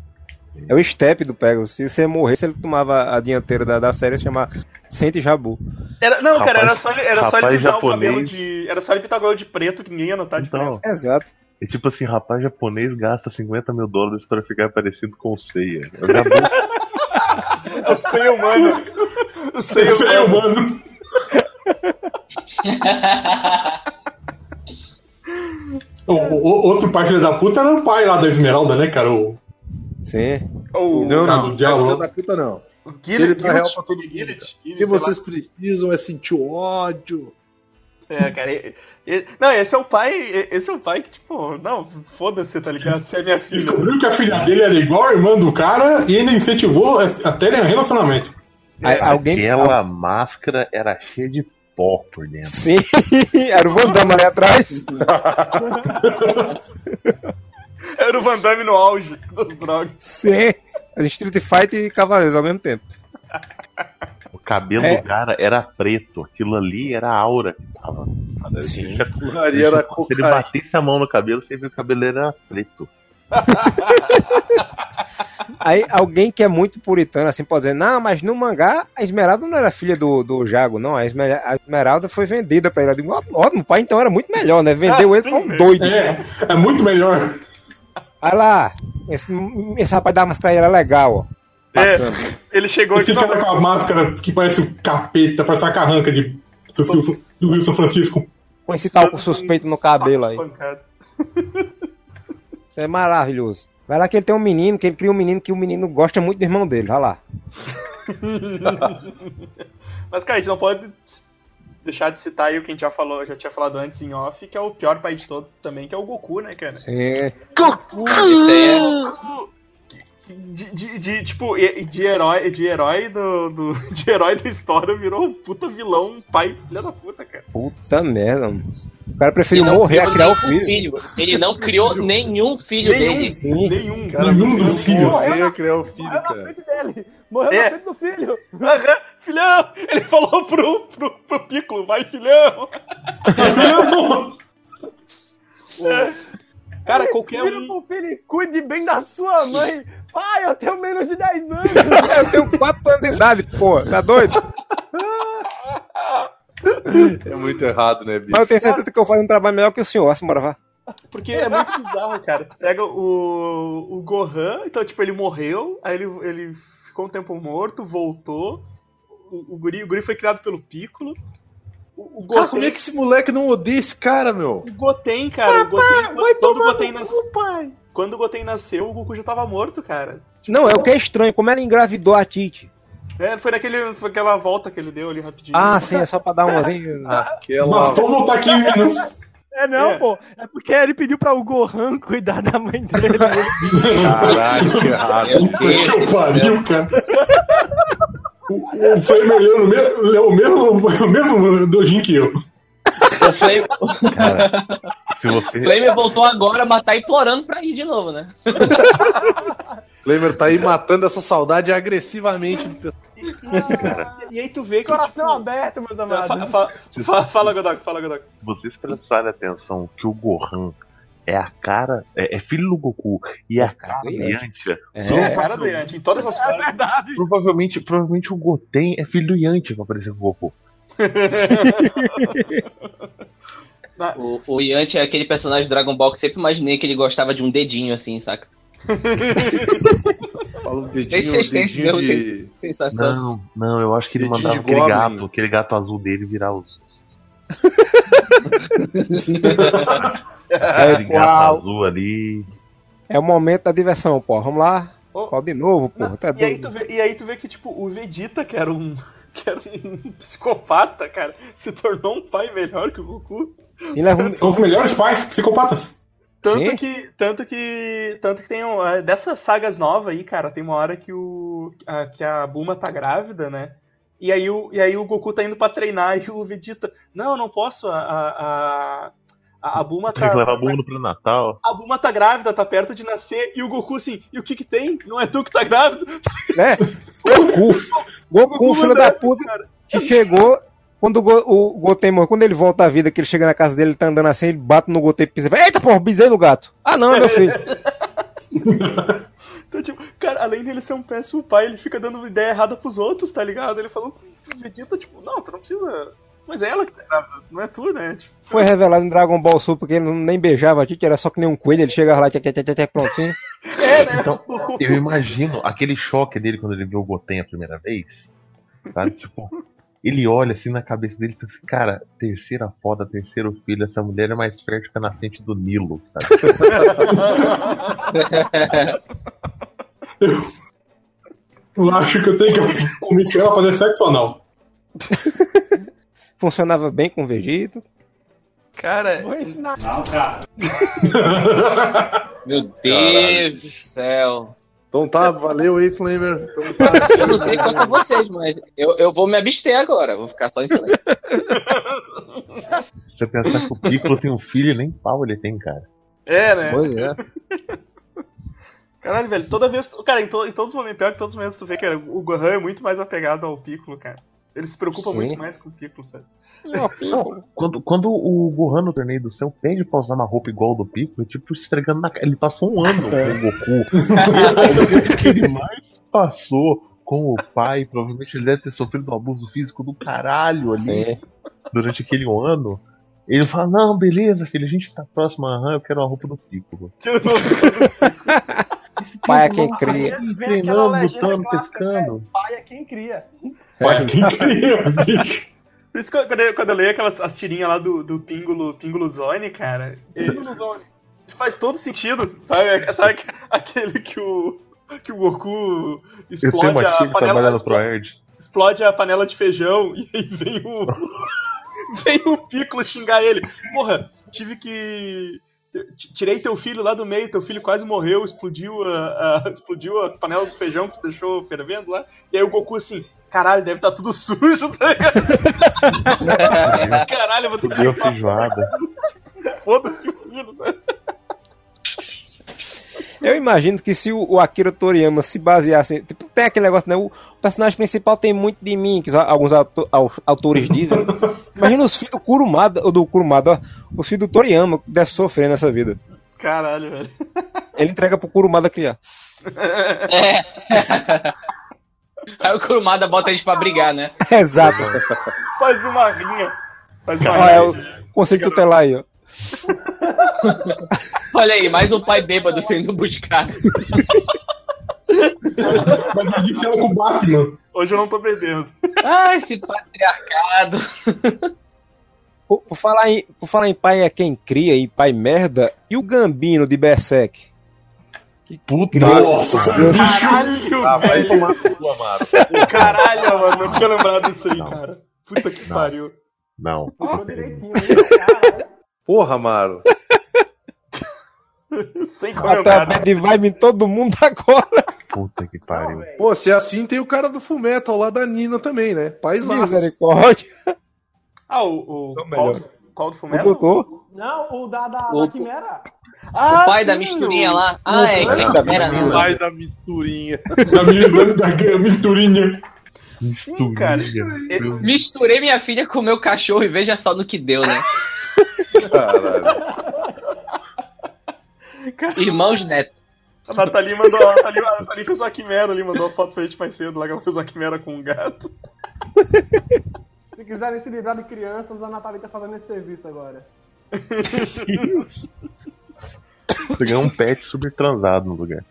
É o step do Pegasus. Se você morresse, ele tomava a dianteira da, da série e se chamava Sente Jabu.
Era, não, cara, era
Rapaz-
só, ele- era só ele
rapaz
pintar o cabelo
japonês.
de. Era só ele pintar o cabelo de preto que ninguém ia notar de diferença.
Então,
Exato.
é tipo assim, rapaz japonês gasta 50 mil dólares pra ficar parecido com o Seiya. O Jabu,
É o ser humano. O ser
Esse é
humano.
humano. O, o- outro pai, filho da puta, era o pai lá da Esmeralda, né, cara? O,
Sim.
O
Não,
cara
não,
do
não é
diabo.
filho da puta, não.
Guilherme.
Ele tá real pra todo
Guilherme.
O que vocês precisam é sentir o ódio.
É, cara. e- e- Não, esse é o pai. e- Esse é o pai que, tipo, não, foda-se, tá ligado? Você é minha filha.
Descobriu que a filha dele era igual a irmã do cara e ele incentivou a- a terem um relacionamento.
É,
Aí, alguém.
aquela máscara era cheia de pó por dentro.
Sim. Era o Van Damme ali atrás.
Era o Van Damme no auge das drogas.
Sim. As Street Fighter e Cavaleiros ao mesmo tempo.
O cabelo
É.
do cara era preto, aquilo ali era a aura que tava. Cara,
Sim.
já-
Ali era
se ele
cocaína.
batesse a mão no cabelo, você viu que o cabelo era preto.
Aí alguém que é muito puritano, assim, pode dizer, não, mas no mangá a Esmeralda não era filha do, do Jago, não. A Esme- a Esmeralda foi vendida pra ele. Eu digo, ó, ótimo, pai então era muito melhor, né? Vendeu
Ah,
ele pra
sim,
um
né?
doido.
É, é muito melhor.
Olha lá, esse, esse rapaz da máscara aí era legal, ó.
É, ele chegou aqui.
Esse
Não, né?
cara tá com a máscara que parece um capeta, parece uma carranca de, do, do Wilson Francisco.
Com esse talco suspeito no cabelo aí.
Pancada.
Isso é maravilhoso. Vai lá que ele tem um menino, que ele cria um menino que o menino gosta muito do irmão dele. Vai lá.
Mas, cara, a gente não pode deixar de citar aí o que a gente já falou, já tinha falado antes em off, que é o pior pai de todos também, que é o Goku, né, cara?
Sim.
Isso
De, de- de, tipo, e- de herói, de herói do, do- de herói da história virou um puta vilão, um pai filha da puta, cara.
Puta merda, mano. O cara
aí é-
preferiu
Ele não
morrer a
criou
criar o
nenhum
filho.
Ele não criou nenhum filho dele.
Sim.
Nenhum.
Nenhum dos filhos.
Você ia criar o filho,
Morreu na
cara.
frente dele. Morreu na
É.
frente do filho.
Aham, filhão! Ele falou pro, pro, pro Piccolo, vai, filhão! Cara, qualquer
Vira
um.
pro filho e cuide bem da sua mãe. Pai, eu tenho menos de 10 anos.
Eu tenho 4 anos de idade, pô. Tá doido?
É muito errado, né,
Mas
bicho?
eu tenho certeza que eu faço um trabalho melhor que o senhor. Assim, bora, vá.
Porque é muito bizarro, cara. Tu pega o, o Gohan, então, tipo, ele morreu, aí ele, ele ficou um tempo morto, voltou. O, o, guri, o guri foi criado pelo Piccolo. O, o
Cara,
Goten,
como é que esse moleque não odeia esse cara, meu?
o Goten, cara. o Goten,
Vai
quando, o
tomar
Goten
no
nas,
cu, pai.
quando o Goten nasceu, o Goku já tava morto, cara.
Não, é o que é estranho. Como ela engravidou a Tite?
É, foi naquele, foi aquela volta que ele deu ali rapidinho.
Ah, sim, é só pra dar uma... assim.
Aquela.
Bastou voltar 15 minutos.
É não,
É.
pô. É porque ele pediu pra o Gohan cuidar da mãe dele.
Caralho, que errado.
Meu Deus
Que
do
pariu, cara. O, o Flame olhou no mesmo, é o mesmo, o mesmo dojin que eu.
céu. O Flame,
Cara, se você.
o Flame voltou agora, mas tá implorando pra ir de novo, né?
Flamer tá aí matando essa saudade agressivamente. do pessoal.
Ah, E aí tu vê que.
Coração
tipo,
aberto, meus
Fa-
amados.
fa- fa- Fala, Godok, fala, Godok.
se vocês prestarem atenção que o Gohan é a cara. É, é filho do Goku e é a cara do Yantia.
Sim, é, cara do Yanti, em todas as partes.
Provavelmente, provavelmente o Goten é filho do Yantia pra parecer com o Goku.
O, o Yanti é aquele personagem de Dragon Ball que sempre imaginei que ele gostava de um dedinho assim, saca?
Fala um
Sei se
dedinho,
vocês têm esse
dedinho
mesmo
de...
Sensação.
Não, não, eu acho que ele
Dedinho
mandava
de
aquele
Goblin.
gato, aquele gato azul dele virar os.
É,
Aquele gato
uau.
azul ali.
É o momento da diversão, pô. Vamos lá.
Ô,
Pô, de novo, pô.
Não,
Tá
e, aí tu
doido.
vê, e aí tu vê que, tipo, o Vegeta, que era um. que era um psicopata, cara, se tornou um pai melhor que o Goku.
E leva um-
São os melhores pais, psicopatas.
Tanto
Sim.
que. Tanto que. Tanto que tem um. eh, Dessas sagas novas aí, cara, tem uma hora que o. a- que a Buma tá grávida, né? E aí, o, e aí o Goku tá indo pra treinar e o Vegeta, não, não posso, a, a, a, a Buma tá...
Tem que levar a Buma no pré-natal.
A Buma tá grávida, tá perto de nascer, e o Goku assim, e o que que tem? Não é tu que tá grávido?
Né? Goku. Goku, filho da puta, que chegou... Quando o, Go, o Goten morre, quando ele volta à vida, que ele chega na casa dele, ele tá andando assim, ele bate no Goten e pisa. Eita porra, bisei no gato. Ah não, é meu filho.
Então, tipo, cara, além dele ser um péssimo pai, ele fica dando ideia errada pros outros, tá ligado? Ele falou pro Vegeta, tipo, não, tu não precisa. Mas é ela que tá grávida, não é tu, né? Tipo,
Foi revelado em Dragon Ball Super que ele não- nem beijava aqui, que era só que nem um coelho, ele chegava lá, tchê, tchê, tchê, tchê, prontinho.
é, né?
Então, eu imagino aquele choque dele quando ele viu o Goten a primeira vez. Sabe? Tipo, ele olha assim na cabeça dele e fala assim, cara, terceira foda, terceiro filho, essa mulher é mais fértil que a nascente do Nilo, sabe?
Eu acho que eu tenho que convencer ela a fazer sexo ou não.
Funcionava bem com o Vegeta.
Cara,
Vou ensinar.
Meu Deus do céu.
Então tá, valeu aí, Flamer. Então
Eu não sei é quanto a vocês, mas eu, eu vou me abster agora. Vou ficar só em silêncio.
Se você pensar que o Piccolo tem um filho, nem pau ele tem, cara.
é, né?
Pois é.
é.
Caralho, velho, toda vez. Cara, em, to- em todos os momentos, pior que todos os momentos tu vê, cara, o Gohan é muito mais apegado ao Piccolo, cara. Ele se preocupa
Sim.
muito mais com o Piccolo, sabe?
Não, quando, quando o Gohan no torneio do céu pede pra usar uma roupa igual do Piccolo, é tipo esfregando na cara. Ele passou um ano com o Goku. E o que ele mais passou com o pai, provavelmente ele deve ter sofrido um abuso físico do caralho ali.
Sim.
durante aquele um ano, ele fala, não, beleza, filho, a gente tá próximo, aham, eu quero uma roupa do Piccolo.
Tira o nome.
Pai é quem cria.
Aí,
Vem aquela
treinando,
legenda
lutando,
clássica,
né?
pescando.
Pai é quem cria.
Pai, que incrível, bicho.
Por isso que eu- quando eu, quando eu leio aquelas as tirinhas lá do, do Pingulo, Pingulo Zone, cara. ele- faz todo sentido, sabe? É- Sabe aque- aquele que o. Que o Goku
Eu tenho
explode
uma tia
a
que trabalha
panela.
no ProErd.
Explode a panela de feijão e aí vem o. vem o Piccolo xingar ele. Porra, tive que. t- Tirei teu filho lá do meio, teu filho quase morreu, explodiu a, a- explodiu a panela de feijão que tu deixou fervendo lá. E aí o Goku assim, caralho, deve estar tudo sujo, tá ligado? Caralho, eu vou ter que
É. Fudeu
limpar.
feijoada.
Foda-se o filho, sabe?
Eu imagino que se o, o Akira Toriyama se baseasse. Tipo, tem aquele negócio, né? O personagem principal tem muito de mim, que os- alguns auto- au- autores dizem. Imagina os filhos do Kurumada, ou do Kurumada, ó, os filhos do Toriyama que deve sofrer nessa vida.
Caralho, velho.
Ele entrega pro Kurumada criar.
Aí o Kurumada bota a gente pra brigar, né?
Exato.
Faz uma rinha. Faz uma
Olha,
rinha.
eu consigo tutelar aí, ó.
Olha aí, mais um pai bêbado sendo buscado.
Mas eu digo que ela com o Batman.
Hoje eu não tô bebendo.
Ah, esse patriarcado.
Por, por falar em, por falar em pai é quem cria e pai merda, e o Gambino de Berserk?
Puta
Nossa,
Caralho,
Ah, vai
velho.
tomar no cu, Amaro.
Caralho, mano, não tinha lembrado disso aí,
Não.
cara. Puta que
Não.
pariu.
Não.
Puxou direitinho. Cara,
Porra, Amaro.
Sem
Ah, Até
comentário.
pede tá vibe em todo mundo agora.
Puta que pariu.
Pô, se é assim, tem o cara do Fullmetal lá da Nina também, né? Paisaço.
Misericórdia.
Ah, o. o
Tô
qual,
melhor.
qual do
Então, O
Fumeto?
doutor.
Não, o da, da, da
O-
Quimera.
Ah,
O pai da
sim,
misturinha
o-
lá. Ah, é.
Não,
Quem era,
não,
né?
da misturinha.
da minha da minha misturinha.
Sim, cara.
né,
Misturinha.
Ele-
Misturei minha filha com o meu cachorro e veja só no que deu, né?
Caralho.
Irmãos neto.
A Nathalie mandou. A Nathalie, a Nathalie fez uma quimera ali, mandou uma foto pra gente mais cedo lá que ela fez uma quimera com um gato.
Se quiserem se livrar de crianças, a Nathalie tá fazendo esse serviço agora.
Pegar um pet super transado no lugar.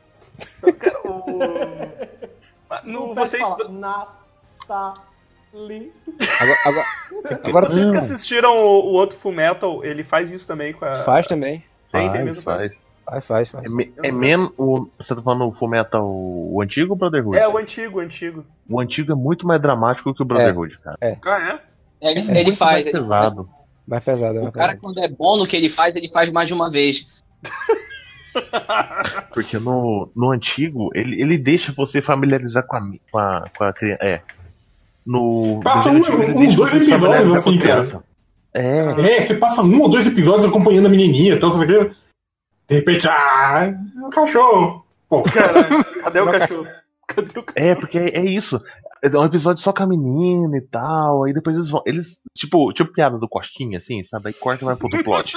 Ah, No,
pode
Então vocês,
falar. Nathalie.
Agora, agora, agora
vocês que assistiram o, o outro Full Metal, ele faz isso também com a.
faz também.
Tem, tem
Faz,
mesmo,
faz.
Faz, faz, faz.
É, me- é menos. o- Você tá falando o Fometa o antigo ou o Brotherhood?
É, o antigo, o antigo.
O antigo é muito mais dramático que o Brotherhood, cara.
Ah, é?
Ele,
É
ele
Muito
faz.
mais
ele-
pesado.
Mais pesado.
o cara, quando é bom no que ele faz, ele faz mais de uma vez.
Porque no, no antigo, ele, ele deixa você familiarizar com a, mi- com a, com a criança. É. no.
Passa
no
um,
Resident Evil,
um,
desde que
dois
você estava na
episódios
época
assim, cara.
criança. É.
É, você passa um ou dois episódios acompanhando a menininha então e tal, sabe o quê? De repente, ah, é um cachorro. Pô,
Cadê o cachorro?
É, porque é, é isso. É um episódio só com a menina e tal. Aí depois eles vão. Eles. Tipo, tipo piada do Costinha, assim, sabe? Aí corta e vai pro outro plot.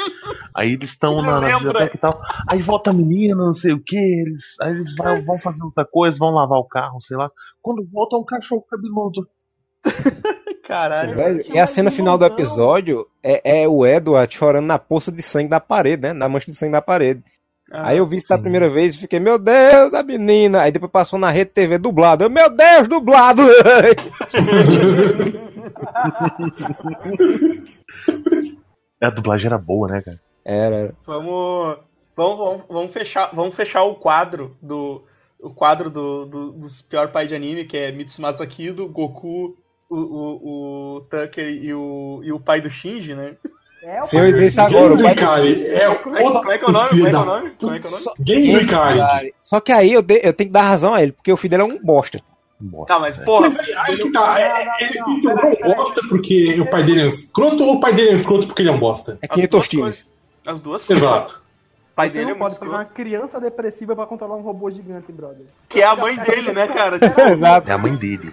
Aí eles estão na, na
Lembra?
biblioteca e tal. Aí volta a menina, não sei o que. Eles, aí eles vai- vão fazer outra coisa, vão lavar o carro, sei lá. Quando volta é um cachorro cabeludo.
Caralho.
Velho, e a cena final do episódio é, é o Edward chorando na poça de sangue da parede, né? Na mancha de sangue da parede.
Ah,
Aí eu vi isso da primeira vez e fiquei, meu Deus, a menina. Aí depois passou na rede TV dublado. Eu, meu Deus, dublado!
É, A dublagem era boa, né, cara?
Era, era.
Vamos, vamos, vamos, vamos fechar, vamos fechar o quadro do o quadro do, do- dos pior pai de anime, que é Mitsumasa Kido, Goku, o, o, o Tucker e o, e o pai do Shinji, né?
É,
Se eu dizer isso agora, o
Gendry,
pai...
cara, é o
Como é, que- como é que é o nome? Como é que é o nome? Como é que é o nome?
Gendry, cara.
Só que aí eu, dei- eu tenho que dar razão a ele, porque o filho dele é um bosta.
Nossa,
Tá, mas porra,
Mas aí, aí que tá, é- é- ele se tornou um bosta porque o pai dele é um escroto ou o pai dele é um escroto porque ele é um bosta?
É que nem
duas
Tostines.
as duas coisas.
Exato.
O pai
Você
dele é
não
muito
pode pegar
escroto.
uma criança depressiva pra controlar um robô gigante, brother.
Que é a mãe dele, né, cara?
Exato.
É a mãe dele.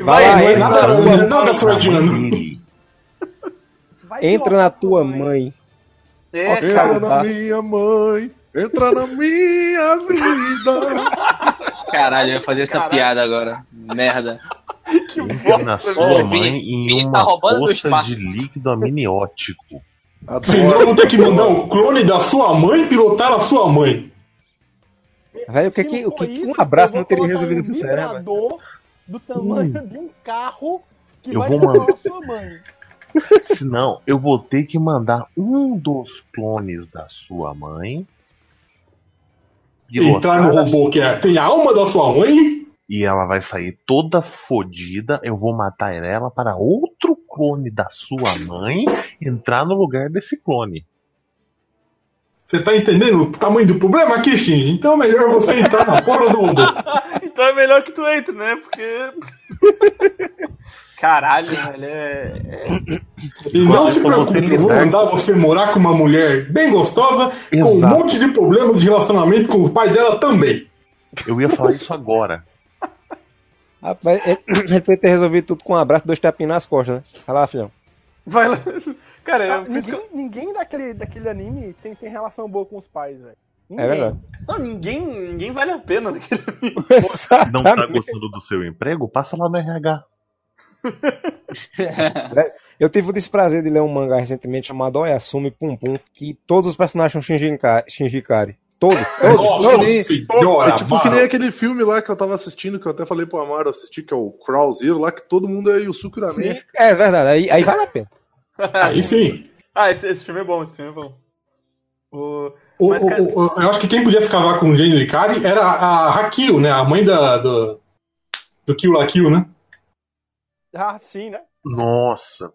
Vai lá,
Não é
entra,
nada,
na
não é
tua-
nada
É a
freudiano.
mãe dele.
Vai
entra
pior,
na tua
mãe.
mãe.
É,
Ok.
cara,
Entra na
minha mãe, entra na minha vida.
Caralho, eu ia fazer essa
Caralho.
piada agora. Merda.
Entra na sua
Vini,
mãe em
Vini tá
uma
roubando do
poça
espaço.
de líquido amniótico.
Senão eu vou ter que mandar um clone da sua mãe pilotar a sua mãe.
Velho, o que,
Se
que,
não
o que,
for
que
isso,
um abraço
eu
não
vou
teria
colocar
resolvido
um
essa série, Hum. né, velho?
vibrador do tamanho de um carro que
Eu
vai
vou
controlar
mandar.
a sua mãe.
Senão, eu vou ter que mandar um dos clones da sua mãe.
Entrar no
pilotar-
robô que é, tem a alma da sua mãe.
E ela vai sair toda fodida. Eu vou matar ela para outro clone da sua mãe entrar no lugar desse clone.
Você tá entendendo o tamanho do problema aqui, Shinji? Então é melhor você entrar na porra do robô.
então é melhor que tu entre, né? Porque. Caralho, velho. É...
E não
Quando
se
for
preocupe,
você
eu vou
lidar-
mandar você morar com uma mulher bem gostosa, com um
Exato.
monte de problema de relacionamento com o pai dela também.
Eu ia falar isso agora.
Rapaz, ele, ele podia ter resolvido tudo com um abraço e dois tapinhas nas costas, né? Vai lá, filhão.
Vai lá. Cara, é
Ah,
eu fiz.
Ninguém, ninguém daquele, daquele anime tem, tem relação boa com os pais, velho.
É
Hum.
Ninguém.
verdade.
Não, ninguém, ninguém vale a pena né? naquele anime.
Não tá
Exatamente.
gostando do seu emprego? Passa lá no RH.
Eu tive o desprazer de ler um mangá recentemente chamado Oyasumi Pum Pum, que todos os personagens são Shinji Ka- Shinji Kari. Todos, todos.
É, Nossa
não,
senhora,
É tipo
mano.
que nem aquele filme lá que eu tava assistindo, que eu até falei pro Amaro assistir, que é o Crawl Zero, lá que todo mundo é Yusuke Urameshi.
Sim, é verdade, aí, aí vale a pena.
Aí sim.
Ah, esse, esse filme é bom, esse filme é bom. O...
O-
Mas,
o-
cara-
o- eu acho que quem podia se casar com o Jane Licari era a Hakio, né? A mãe da, do, do Kill La Kill, né?
Ah, sim, né?
Nossa,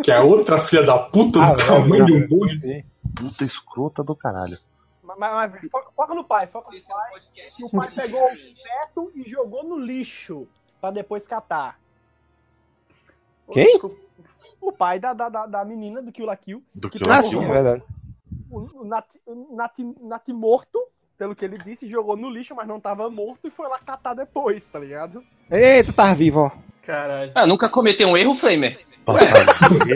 Que é outra filha da puta
Ah,
do tamanho de um boi.
sim.
puta escrota do caralho.
Mas, mas- mas foca, foca no pai, foca no pai. que O pai pegou o feto e jogou no lixo pra depois catar.
Quem?
O pai da, da, da, da menina do Kill la Kill,
Do que
Ah,
eu vi,
sim, é
mano.
verdade.
o, o Nat, o Nat, Nat morto, pelo que ele disse, jogou no lixo, mas não tava morto e foi lá catar depois, tá ligado?
Eita, tá vivo, ó.
Caralho.
Ah, nunca cometeu um erro, Flamer.
Pra fazer,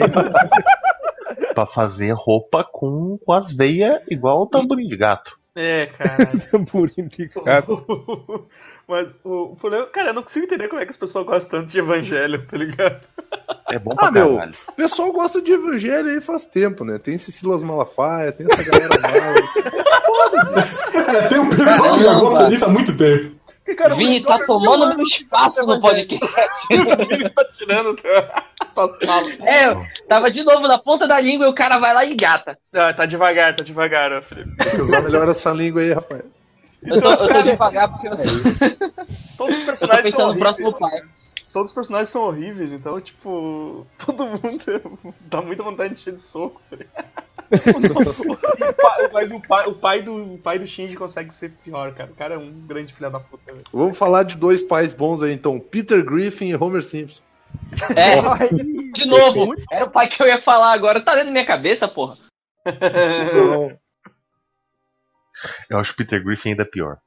pra fazer roupa com, com as veias igual o tamborim de gato.
É, cara.
Por indicado.
Mas o, o problema. Cara, eu não consigo entender como é que as pessoas gostam tanto de evangelho, tá ligado?
É bom pra
Ah, meu,
caralho.
o pessoal gosta de evangelho aí faz tempo, né? Tem esse Silas Malafaia, tem essa galera mala.
É, tem um pessoal que já gosta
Caramba.
disso há muito tempo.
Porque, cara, o
Vini
pessoal
tá
é
tomando
vilão,
meu espaço no podcast.
o Vini tá tirando tá tua- tuas falas.
É, eu tava de novo na ponta da língua e o cara vai lá e engata.
Ah, tá devagar, tá devagar, ó, Felipe.
Tem que usar melhor essa língua aí, rapaz.
Eu tô, eu tô devagar porque eu tô,
Todos os
eu tô
personagens são
pensando no
horríveis.
próximo pai.
Todos os personagens são horríveis, então, tipo, todo mundo dá muita vontade de encher de soco. tá ligado? E o pa- Mas o pai, o, pai do, o pai do Shinji consegue ser pior, cara. O cara é um grande filho da puta. velho.
Vamos falar de dois pais bons aí, então. Peter Griffin e Homer Simpson.
É, de novo, era o pai que eu ia falar agora. Tá dentro da minha cabeça, porra.
É.
Eu acho o Peter Griffin ainda pior.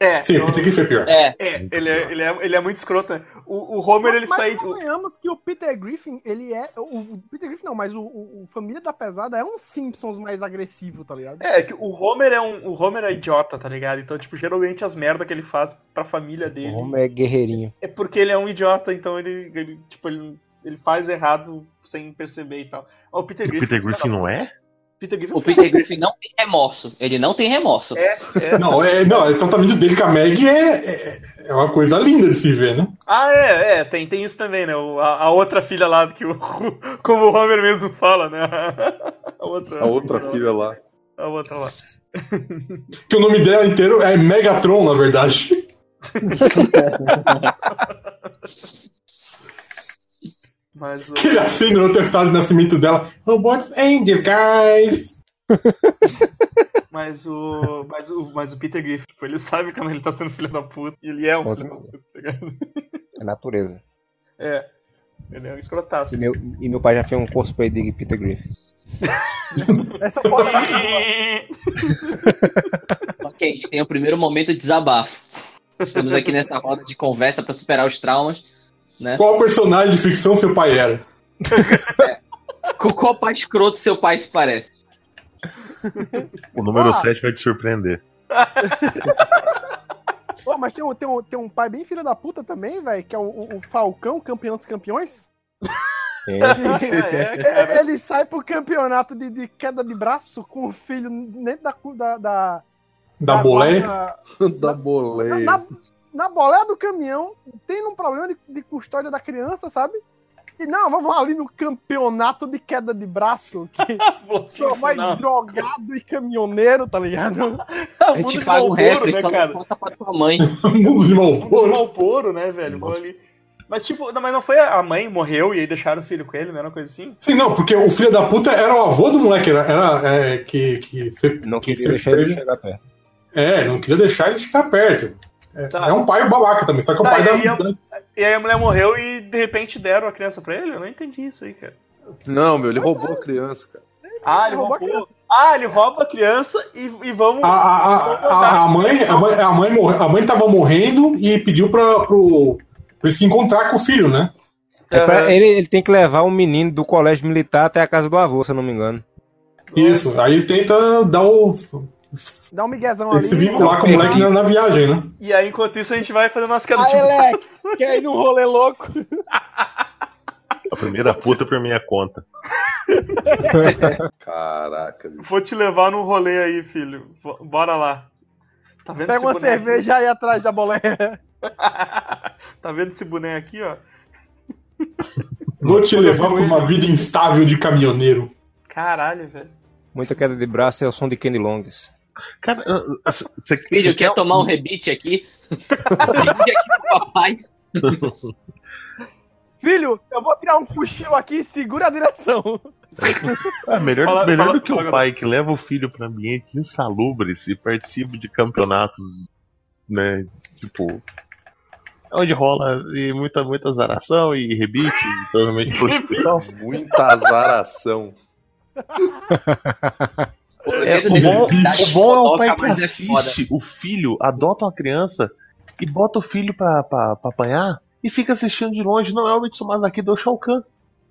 É,
Sim,
eu-
Peter Griffin é pior.
É,
é, ele, é, ele, é, ele é muito escroto, né? O, o Homer, ele
mas
sai.
convenhamos que o Peter Griffin, ele é. O, o Peter Griffin não, mas o, o- o Família da Pesada é um Simpsons mais agressivo, tá ligado?
É, que o Homer é um. O Homer é idiota, tá ligado? Então, tipo, geralmente as merdas que ele faz pra família dele
O homem é guerreirinho.
é porque ele é um idiota, então ele, ele tipo, ele, ele faz errado sem perceber e tal. Ó, O Peter
E o
Griffin. tá
Peter Griffin não é?
Peter Griffin
o Peter Griffin não tem remorso. Ele não tem remorso.
Não, é, não, é, o tratamento dele com a Meg é, é, é uma coisa linda de se ver, né?
Ah, é, é, tem, tem isso também, né? O- a, a outra filha lá, que o, como o Homer mesmo fala, né? A outra,
A outra filha lá.
A outra lá.
Que o nome dela inteiro é Megatron, na verdade.
Mas o-
Que ele assina no testado de nascimento dela. Robots in disguise.
Mas o. Mas o, mas o Peter Griffin, tipo, ele sabe quando ele tá sendo filho da puta. E ele é um
Outra
filho da puta, tá ligado?
É natureza.
É. Ele é um
E
escrotaço.
meu, e meu pai já fez um cosplay de Peter Griffin.
um
Essa foto
Ok, a gente tem o primeiro momento de desabafo. Estamos aqui nessa roda de conversa pra superar os traumas.
Qual personagem de ficção seu pai era?
Com qual pai escroto seu pai se parece?
O número
Ah.
7 vai te surpreender.
Pô, mas tem um, tem, um, tem um pai bem filho da puta também, velho, que é o, o- o Falcão, campeão dos campeões.
É,
É, Ele sai pro campeonato de, de queda de braço com o filho dentro da. cu- da, da,
Tá
Da bolé?
guarda-
da boleia.
na, na bolé do caminhão, tem um problema de, de custódia da criança, sabe? E não, vamos ali no campeonato de queda de braço, que
você
sou
um
mais drogado e caminhoneiro, tá ligado?
Tá,
A gente paga um
né,
rapper, só não conta pra tua mãe.
Mundo de
O
Malboro.
Malboro, né, velho? Vou ali. Mas tipo, não, mas não foi a a mãe morreu e aí deixaram o filho com ele, não era uma coisa assim?
Sim, não, porque o filho da puta era o avô do moleque. Era, era é, que, que, se-
Não
que
queria
se
deixar ele
perde-
chegar perto.
É, não queria deixar ele chegar perto. É,
Tá.
é um pai babaca também, só que é o
Tá,
pai
e
da,
aí é um-
da-
E aí a mulher morreu e de repente deram a criança pra ele? Eu não entendi isso aí, cara.
Não, meu, ele roubou a criança, cara.
Ah, ele
Roubou Ah, a
roubou. Ah, ele rouba a criança e, e vamos.
A, a, a, a, a mãe, a, mãe, a, mãe morre, a mãe tava morrendo e pediu pra, pro, pra ele se encontrar com o filho, né?
É pra-
Aham.
ele, ele tem que levar o menino do colégio militar até a casa do avô, se eu não me engano.
Isso. Aí ele tenta dar o.
Dá um miguezão
ele
ali.
se vincular com o moleque na, na viagem, né?
E aí, enquanto isso, a gente vai fazendo umas
Ah,
quedas de
Alex, quer ir num rolê louco?
A primeira puta por minha conta.
Caraca, bicho.
Vou te levar num rolê aí, filho. Bo- Bora lá. Tá vendo
Pega
esse
uma
boneco?
cerveja aí atrás da boleia.
tá vendo esse boneco aqui, ó?
Vou te levar pra uma vida instável de caminhoneiro.
Caralho, velho.
Muita queda de braço é o som de Kenny Longs.
Cara, assim, você
Filho, quer tomar um rebite aqui? Rebite aqui pro papai.
Filho, eu vou tirar um cochilo aqui, segura a direção.
Ah, melhor
Fala-
melhor
fala-
do que
fala,
o pai que leva o filho pra ambientes insalubres e participa de campeonatos, né? Tipo. Onde rola e muita, muita zaração e rebite, e provavelmente prostituição.
Muita azaração.
É, o, bom, o bom é o pai que assiste o filho, adota uma criança e bota o filho pra, pra, pra apanhar e fica assistindo de longe. Não é o Mitsumanaki do Shao Kahn.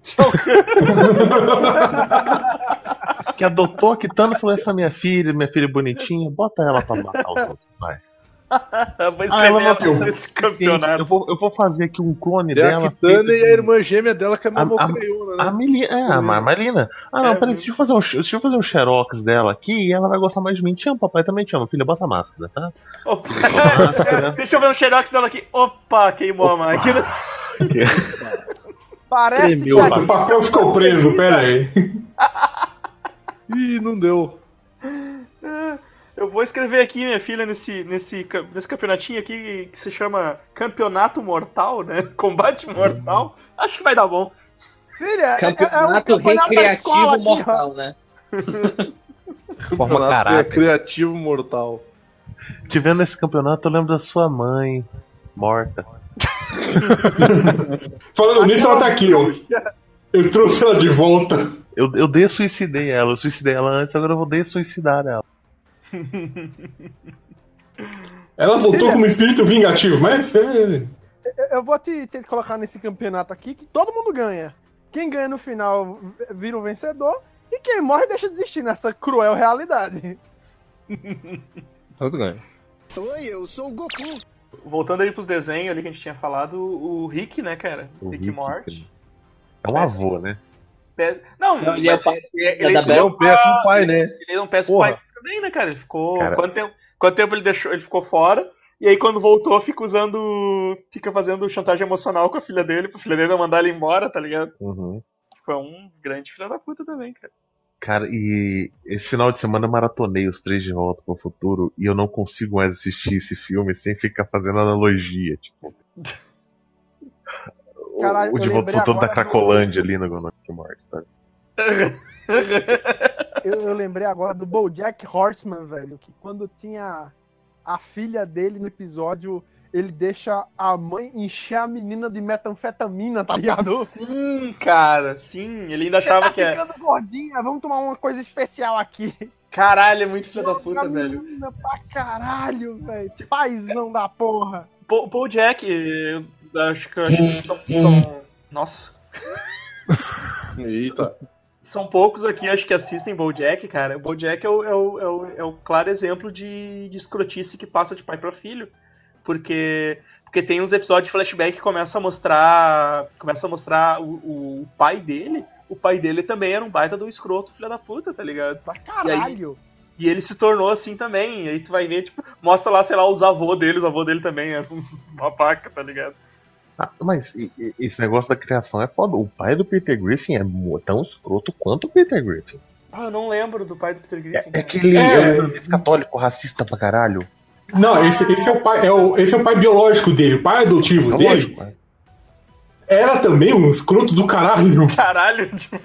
que adotou a Kitano e falou: Essa é minha filha, minha filha bonitinha, bota ela pra matar os outros. Vai.
Tá, Vou
Ah, ela
escrever
matou.
esse campeonato.
Eu vou, eu vou fazer aqui um clone
Tem É a
dela.
Kitana
feito
e a
de-
irmã gêmea dela que é a
A-
mamão
a-
crioula, né?
A Melina. É, a Mar- Marina. Ah, não,
É,
peraí,
eu-
deixa eu, fazer um, deixa eu fazer um xerox dela aqui e ela vai gostar mais de mim. Te amo, papai também te amo. Filha, bota a máscara, tá?
Opa. Cara, Deixa eu ver um xerox dela aqui. Opa, queimou a máquina.
Parece
Tremeu,
que
mano.
O papel ficou preso, pera aí.
Ih, não deu.
É, Eu vou escrever aqui, minha filha, nesse, nesse, cam- nesse campeonatinho aqui que se chama Campeonato Mortal, né? Combate Mortal. Acho que vai dar bom.
filha, é- é, é um
Campeonato
campeonato da escola
recreativo
aqui, ó.
mortal, né?
Forma
Campeonato
caraca.
é Criativo mortal.
Te vendo nesse campeonato, eu lembro da sua mãe, morta.
Falando nisso, ela tá aqui, ó. Eu trouxe ela de volta.
Eu, eu dessuicidei ela, eu suicidei ela antes, agora eu vou dessuicidar ela.
Ela voltou
Seria-
como espírito vingativo, mas é,
Eu- Eu vou te, te colocar nesse campeonato aqui que todo mundo ganha. Quem ganha no final vira o vencedor e quem morre deixa de existir nessa cruel realidade.
Todo ganho.
Oi, eu sou o Goku.
Voltando aí pros desenhos ali que a gente tinha falado, o Rick, né, cara?
O
Rick,
Rick,
Morty.
É um avô, né?
Pe- Não,
Não, ele
mas
é o
ele,
pai-
ele,
é da
escolheu-
É um péssimo pai, né?
ele um não peça o
Porra.
pai também, né, cara? Ele ficou.
Cara.
Quanto, tempo, quanto tempo ele deixou, ele ficou fora? E aí quando voltou, fica usando. Fica fazendo chantagem emocional com a filha dele, pra filha dele não mandar ele embora, tá ligado?
Uhum.
Foi um grande filho da puta também, cara.
Cara, e esse final de semana eu maratonei os três de volta pro futuro e eu não consigo mais assistir esse filme sem ficar fazendo analogia. Tipo, O-
Caralho,
o de
eu
volta pro
lembrei
futuro da
agora do-
Cracolândia ali no Rick Morty. sabe?
Eu, eu lembrei agora do Bojack Horseman, velho, que quando tinha a filha dele no episódio, ele deixa a mãe encher a menina de metanfetamina, tá ligado?
Sim, assim, cara, sim. Ele ainda achava que é.
Ficando gordinha, vamos tomar uma coisa especial aqui.
Caralho, é muito filho da
A
puta, velho.
menina pra caralho, velho. Paizão da porra.
Paul, Paul Jack, eu acho que, acho que são, são- Nossa.
Eita.
São poucos aqui, acho que assistem Bojack, cara. O Bojack é o, é o, é o, é o claro exemplo de, de escrotice que passa de pai pra filho. Porque porque tem uns episódios de flashback que começa a mostrar começa a mostrar o, o- o pai dele. O pai dele também era um baita do escroto, filho da puta, tá ligado?
Pra caralho.
E ele se tornou assim também. E aí tu vai ver, tipo, mostra lá, sei lá, os avô dele, os avô dele também eram uns babaca, tá ligado?
Ah, mas e- e- esse negócio da criação é foda. O pai do Peter Griffin é mo- tão escroto quanto o Peter Griffin.
Ah, eu não lembro do pai do Peter Griffin.
É aquele
É.
eu lembro desse católico racista pra caralho.
Não, esse, esse é o pai, é o, esse é o pai biológico dele, o pai adotivo dele.
Lógico. é.
Era também um escroto do caralho.
Caralho, tipo.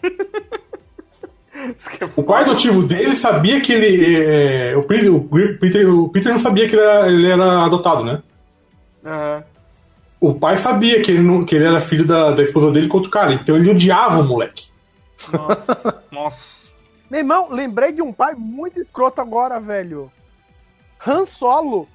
Isso que é
O pai adotivo dele sabia que ele. é, o, Peter, o Gri- Peter- o Peter não sabia que ele era, ele era adotado, né?
Aham.
O pai sabia que ele, não- que ele era filho da, da esposa dele com outro cara, então ele odiava o moleque.
Nossa. Nossa.
Meu irmão, lembrei de um pai muito escroto agora, velho. Han Solo.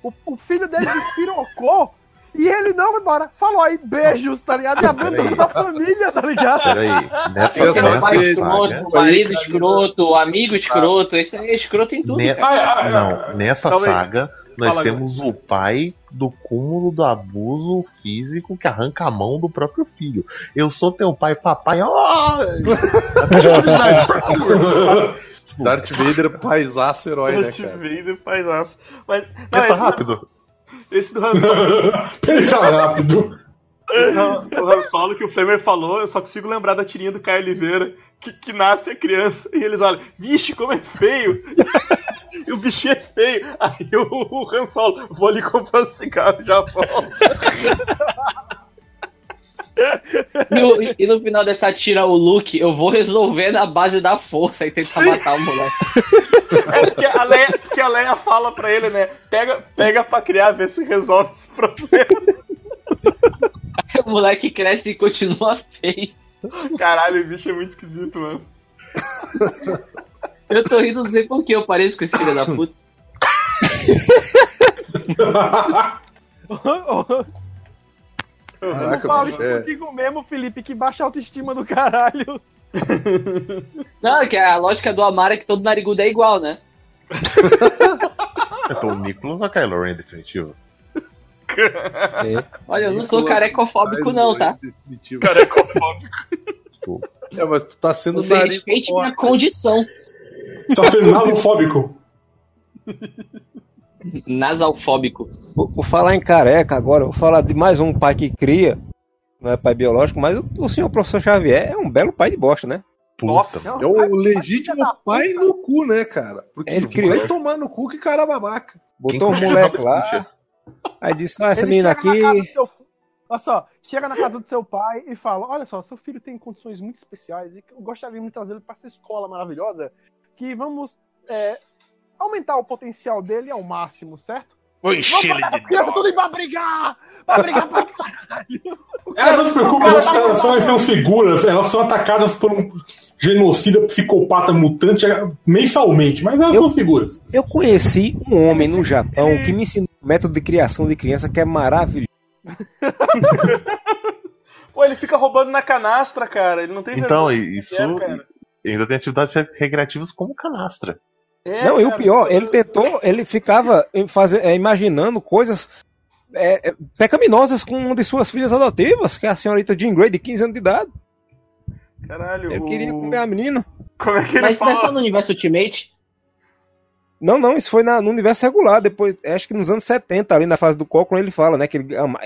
O, o filho dele despirocou e ele não foi embora. Falou aí, beijos, tá ligado? E abandonou a família, tá ligado?
Peraí. Nessa,
Eu sou
nessa
assim,
pai
um
essa
escroto,
saga.
marido escroto, amigo escroto, esse aí é escroto em tudo.
Né?
ne-
Ah, ah, ah,
né, Não, nessa
Calma aí.
saga. Nós
Fala,
temos o pai do cúmulo do abuso físico que arranca a mão do próprio filho. Eu sou teu pai, papai. ó!
Darth Vader, paisaço herói, né,
Darth
cara?
Vader, paisaço. Mas. Não,
Pensa
esse,
rápido.
esse do Han Solo,
Pensa rápido.
esse do Han Solo que o Flamer falou, eu só consigo lembrar da tirinha do Caio Oliveira, que, que nasce a criança e eles olham, vixe, como é feio! E o bichinho é feio. Aí o, o Han Solo, vou ali comprar um cigarro, já volto.
E, o- e- e no final dessa tira, o Luke, eu vou resolver na base da força e tentar
Sim.
matar o moleque.
É porque a Leia, porque a Leia fala pra ele, né? Pega, pega pra criar, vê se resolve esse problema.
O moleque cresce e continua feio.
Caralho, o bicho é muito esquisito, mano.
Eu tô rindo, não sei por que eu pareço com esse filho da puta.
Eu
Caraca,
falo isso
mano, é.
contigo mesmo, Felipe, que baixa a autoestima do caralho.
Não, é que a lógica do Amaro é que todo narigudo é igual, né?
Então, o Nicholas ou a Kylo Ren, definitivo?
Olha, eu não sou carecofóbico, não, tá?
Definitivo.
Carecofóbico.
É, mas tu tá sendo
Você
nariz.
respeite minha condição.
Tá sendo nalofóbico.
Nasalfóbico.
Vou, vou falar em careca agora, vou falar de mais um pai que cria. Não é pai biológico, mas o, o senhor professor Xavier é um belo pai de bosta, né?
Puta,
Nossa.
mano.
É o legítimo pai no cu, né, cara? Porque
Ele
ele
criou.
vai tomar no cu que cara babaca.
Botou um
Quem
moleque
escuta?
lá, aí disse, ah, essa
Ele
menina
chega na casa
aqui,
do seu- Olha só, chega na casa do seu pai e fala: Olha só, seu filho tem condições muito especiais e eu gostaria muito de trazer ele para essa escola maravilhosa. Que vamos é, aumentar o potencial dele ao máximo, certo?
Vou encher
Vamos
ele
botar
de
as crianças tudo pra brigar! Pra brigar pra
Ela não se preocupa, elas, elas são, elas são seguras, elas são atacadas por um genocida psicopata mutante é, mensalmente, mas elas são seguras.
Eu conheci um homem no Japão que me ensinou um método de criação de criança que é maravilhoso.
Pô, ele fica roubando na canastra, cara. Ele não tem
Então,
vergonha.
isso.
É, cara.
Ainda tem atividades recreativas como canastra.
É,
Não, e o
cara,
pior, ele tentou, ele ficava em fazer, é, imaginando coisas é, é, pecaminosas com uma de suas filhas adotivas, que é a senhorita Jean Grey, de 15 anos de idade.
Caralho,
Eu
o-
queria comer a menina.
Como é que ele
Mas isso não
fala?
é só no universo Ultimate?
Não, não, isso foi na- no universo regular, depois, é, acho que nos anos 70, ali na fase do Cochrane, ele fala, né, que ele ama-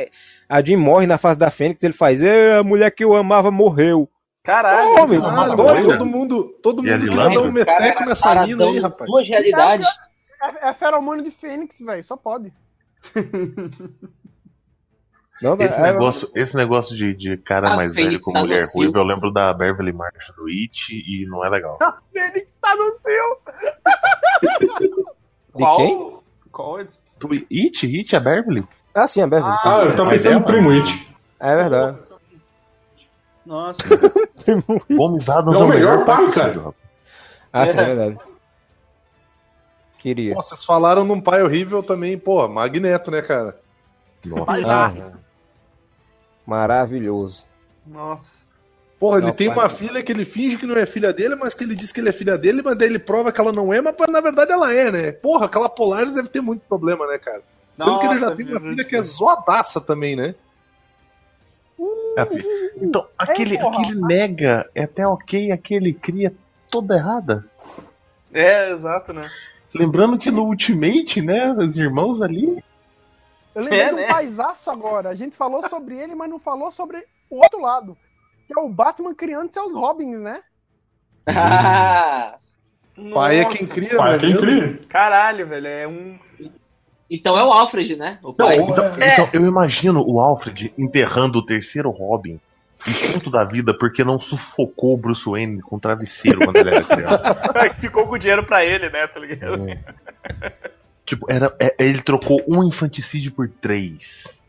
a Jean morre na fase da Fênix, ele faz, "Ê, a mulher que eu amava morreu.
Caralho,
Ô, meu,
mano.
uma
Adoro
doida.
Ah, todo mundo, todo
E a
mundo que
Lilana?
dá um meteco nessa
Cara,
mina aí,
dão
rapaz.
Duas realidades.
É, é feromônio de Fênix, velho, só pode.
Não, é,
Esse
ela-
negócio, esse negócio de, de cara
A
mais
Fênix
velho com
tá
mulher
no cio.
ruiva, eu lembro da Beverly Marsh do It e não é legal.
Fênix tá no céu!
de quem?
Qual? é-
Do It? It é Beverly?
Ah, sim, a Beverly.
Ah, eu tava pensando no Primo It.
Ah,
é verdade.
Nossa.
Gomes Adams
É o melhor pai, cara.
Ah, sim,
É.
é verdade. Queria.
Pô, vocês falaram num pai horrível também, pô, Magneto, né, cara?
Nossa.
Ah, maravilhoso.
Nossa.
Porra, ele
Não,
tem
pai,
uma
não.
filha que ele finge que não é filha dele, mas que ele diz que ele é filha dele, mas daí ele prova que ela não é, mas na verdade ela é, né? Porra, aquela Polaris deve ter muito problema, né, cara? Sendo que ele já
Nossa,
tem uma
Jesus.
filha que é zoadaça também, né?
É a filha. Então, aquele,
porra.
aquele nega é até ok, aquele cria toda errada.
É, exato, né?
Lembrando que no Ultimate, né, os irmãos ali.
Eu lembrei
É,
de um
né?
paisaço agora. A gente falou sobre ele, mas não falou sobre o outro lado. Que é o Batman criando seus Robins, né?
Ah,
Pai é
Nossa.
quem cria,
Pai,
né?
Ah, quem cria?
Caralho, velho. É um.
então é o Alfred, né? O pai.
Então, então, eu imagino o Alfred enterrando o terceiro Robin. E puto da vida, porque não sufocou o Bruce Wayne com travesseiro quando ele era criança.
Ficou com o dinheiro pra ele, né? Tá ligado?
tipo, era, é- ele trocou um infanticídio por três.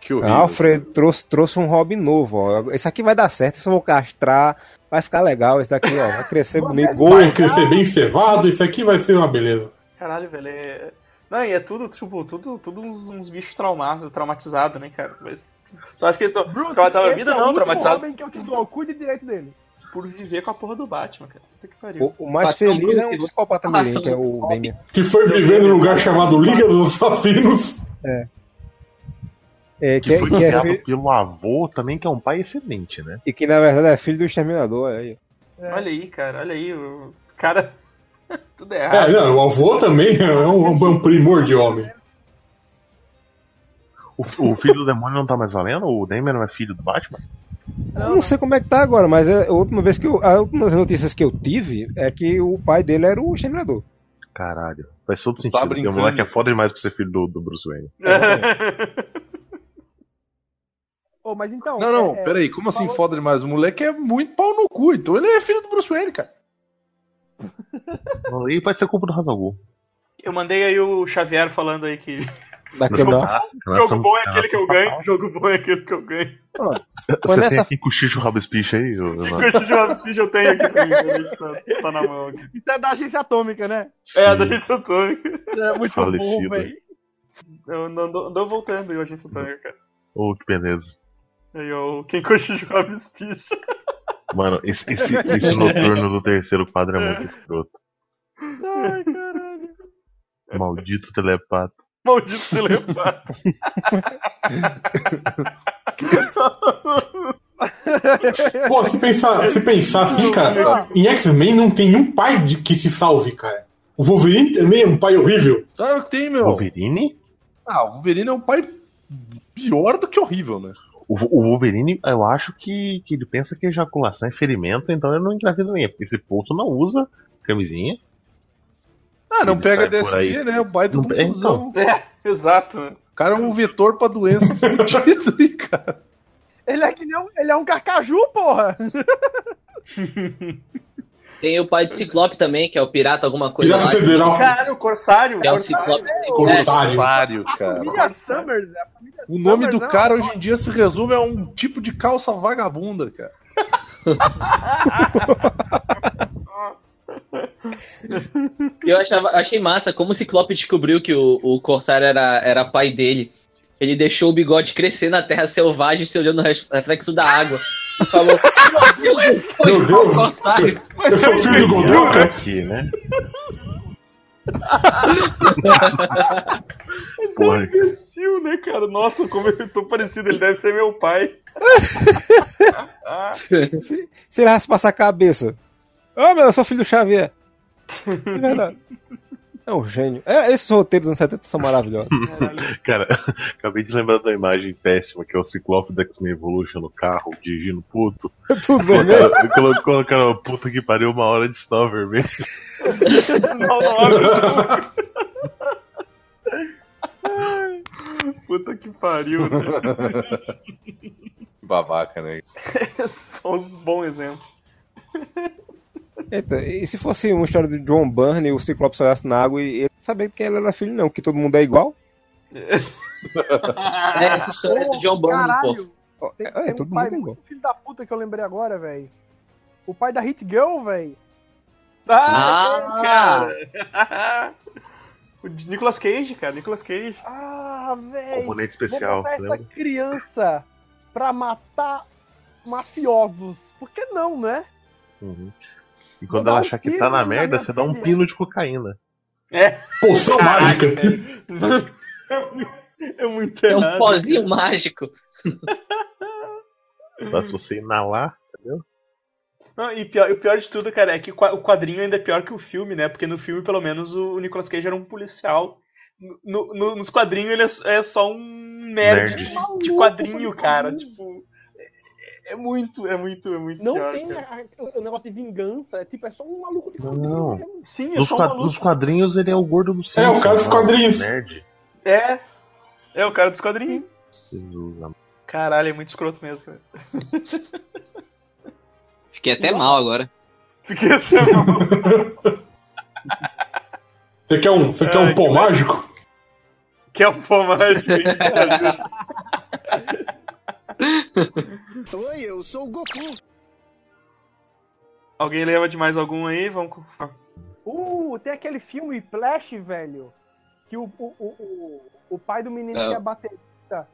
Que horrível.
Alfred trouxe, trouxe um Robin novo, ó. Esse aqui vai dar certo, esse eu vou castrar. Vai ficar legal esse daqui, ó. Vai crescer bonito.
Vai
Gordo.
crescer bem cevado, isso aqui vai ser uma beleza.
Caralho, velho. É... Não, e é tudo, tipo, tudo, tudo uns, uns bichos traumados, traumatizados, né, cara? Mas. Tu acha que eles estão. Traumatizados na
esse
vida,
é o
não,
único
traumatizados
Robin que eu te dou, cuide direito dele.
por viver com a porra do Batman, cara. Puta que pariu.
O, o mais
Batman
feliz é um
Cruz.
psicopata mirim, que é o Damien.
Que foi vivendo num lugar chamado Liga dos Assassinos.
É,
Que
que,
foi
que é
criado
fi-
pelo avô também, que é um pai excelente, né?
e que na verdade é filho do exterminador. Aí.
Olha aí, cara. Olha aí. O cara. tudo
É,
errado.
não, o avô também é um, é um primor de homem.
O, o filho do demônio não tá mais valendo? O Damien não é filho do Batman?
Eu não sei como é que tá agora, mas é, a última vez que eu, as últimas notícias que eu tive é que o pai dele era o exterminador.
Caralho, faz todo
tá
sentido. Porque o
brincando.
moleque é foda demais pra ser filho do, do Bruce Wayne.
é,
Oh, mas então.
Não, não,
é, é,
peraí, como assim
falou-
foda demais? O moleque é muito pau no cu, então ele é filho do Bruce Wayne, cara.
E pode ser culpa do Razalgu.
Eu mandei aí o Xavier falando aí que.
Da
tá
quebrar.
Jogo bom é aquele que eu ganho, jogo bom é aquele que eu ganho.
Foi
Você tem
nessa-
aqui cochicho rabo espicha aí? ô, Leonardo?
Curso de One Piece eu tenho aqui pra mim, tá, tá na mão aqui.
Isso é da agência atômica, né?
É,
Sim.
da Agência Atômica.
É muito
Falecido.
bom, velho.
Eu não andou andou voltando aí, o Agência Atômica, cara.
Ô, que beleza.
Aí, ó, quem curte de One Piece.
Mano, esse, esse, esse noturno do terceiro quadro é muito escroto.
Ai, caralho.
Maldito telepata.
Maldito telepata.
Pô, se pensar, se pensar assim, cara, em X-Men não tem um pai de- que se salve, cara. O Wolverine também é um pai horrível.
Claro que tem, Então, meu.
Wolverine?
Ah, o Wolverine é um pai pior do que horrível, né?
O, o Wolverine, eu acho que, que ele pensa que ejaculação é ferimento, então ele não engravida ninguém. Porque esse puto não usa camisinha.
Ah, não
Ele
pega
sai por
DST,
aí.
né? O baita do
Não- é,
cuzão.
Exato, né?
O cara é um vetor pra doença fudido, hein, cara.
Ele é que nem um, ele é um carcaju, porra.
Tem o pai de Ciclope também, que é o pirata alguma coisa
Pirata Federal.
Cara, o Corsário.
Que é o
Corsário.
Ciclope.
É,
né?
Corsário, cara.
Família Summers, é a família
O nome do
Summers,
cara hoje em dia se resume a um tipo de calça vagabunda, cara.
Eu achava, achei massa como o Ciclope descobriu que o, o Corsário era, era pai dele. Ele deixou o bigode crescer na terra selvagem, se olhando no res- reflexo da água. E falou: Meu Deus, foi
Meu
igual o
Deus.
Corsário.
Eu sou filho do Godão, cara.
aqui, né? Porra.
Ele é um imbecil, né, cara? Nossa, como eu tô parecido, ele deve ser meu pai.
Se, se ele raspasse a cabeça. Ah, meu, eu sou filho do Xavier. É verdade. É um gênio. É, esses roteiros dos anos 70 são maravilhosos.
Cara, acabei de lembrar da imagem péssima que é o Ciclope da X-Men Evolution no carro, dirigindo puto.
É
Tudo vermelho.
Colocaram, colo- colocaram puta que pariu uma hora de sinal vermelho.
Não, não abre. Puta que pariu, né?
Babaca, né?
É São uns bons exemplos.
Eita, e se fosse uma história do John Byrne e o Ciclope se olhasse na água e ele saber que ele era filho, não, que todo mundo é igual?
É, essa história é do John Byrne, pô.
Caralho. Tem,
É,
tem
todo
um pai
mundo é igual.
muito filho da puta que eu lembrei agora, velho. O pai da Hit Girl, velho.
Ah,
Ah!
cara! o Nicolas Cage, cara, Nicolas Cage.
Ah, velho.
Componente
Vou
especial,
botar essa
lembra?
criança pra matar mafiosos. Por que não, né?
Uhum. E
Vou
quando
dar
ela
um
achar que
tiro
tá na
na
merda,
minha
você dá um
filha.
pino de cocaína.
Poção mágica.
É muito
É
errado.
um pozinho mágico.
Tá? Se você inalar,
Não, e pior- o pior de tudo, cara, é que o qua- o quadrinho ainda é pior que o filme, né? Porque no filme, pelo menos, o Nicolas Cage era um policial. No- no- nos quadrinhos, ele é, s- é só um nerd,
Nerd.
de-
Maluco,
de quadrinho,
maluco.
cara. Tipo, é, é muito, é muito, é muito
Não
pior,
tem
cara.
a- a- o negócio de vingança. É tipo, é só um maluco de quadrinho
Não.
mesmo.
Sim, é
nos,
só um
quad-
maluco.
nos quadrinhos ele é o gordo do
É,
Simpsons,
o cara dos
né?
quadrinhos.
Nerd.
É, é o cara dos quadrinhos.
Jesus, amor.
Caralho, é muito escroto mesmo, cara.
Fiquei até mal agora.
Fiquei até mal.
Você quer um, você quer
Ai,
um
que
pão
merda.
mágico?
Que é o pomade,
Oi, eu sou o Goku.
Alguém lembra de mais algum aí? Vamos. com-
Uh, tem aquele filme Flash, velho. Que o, o, o, o, o pai do menino
É.
que é baterista.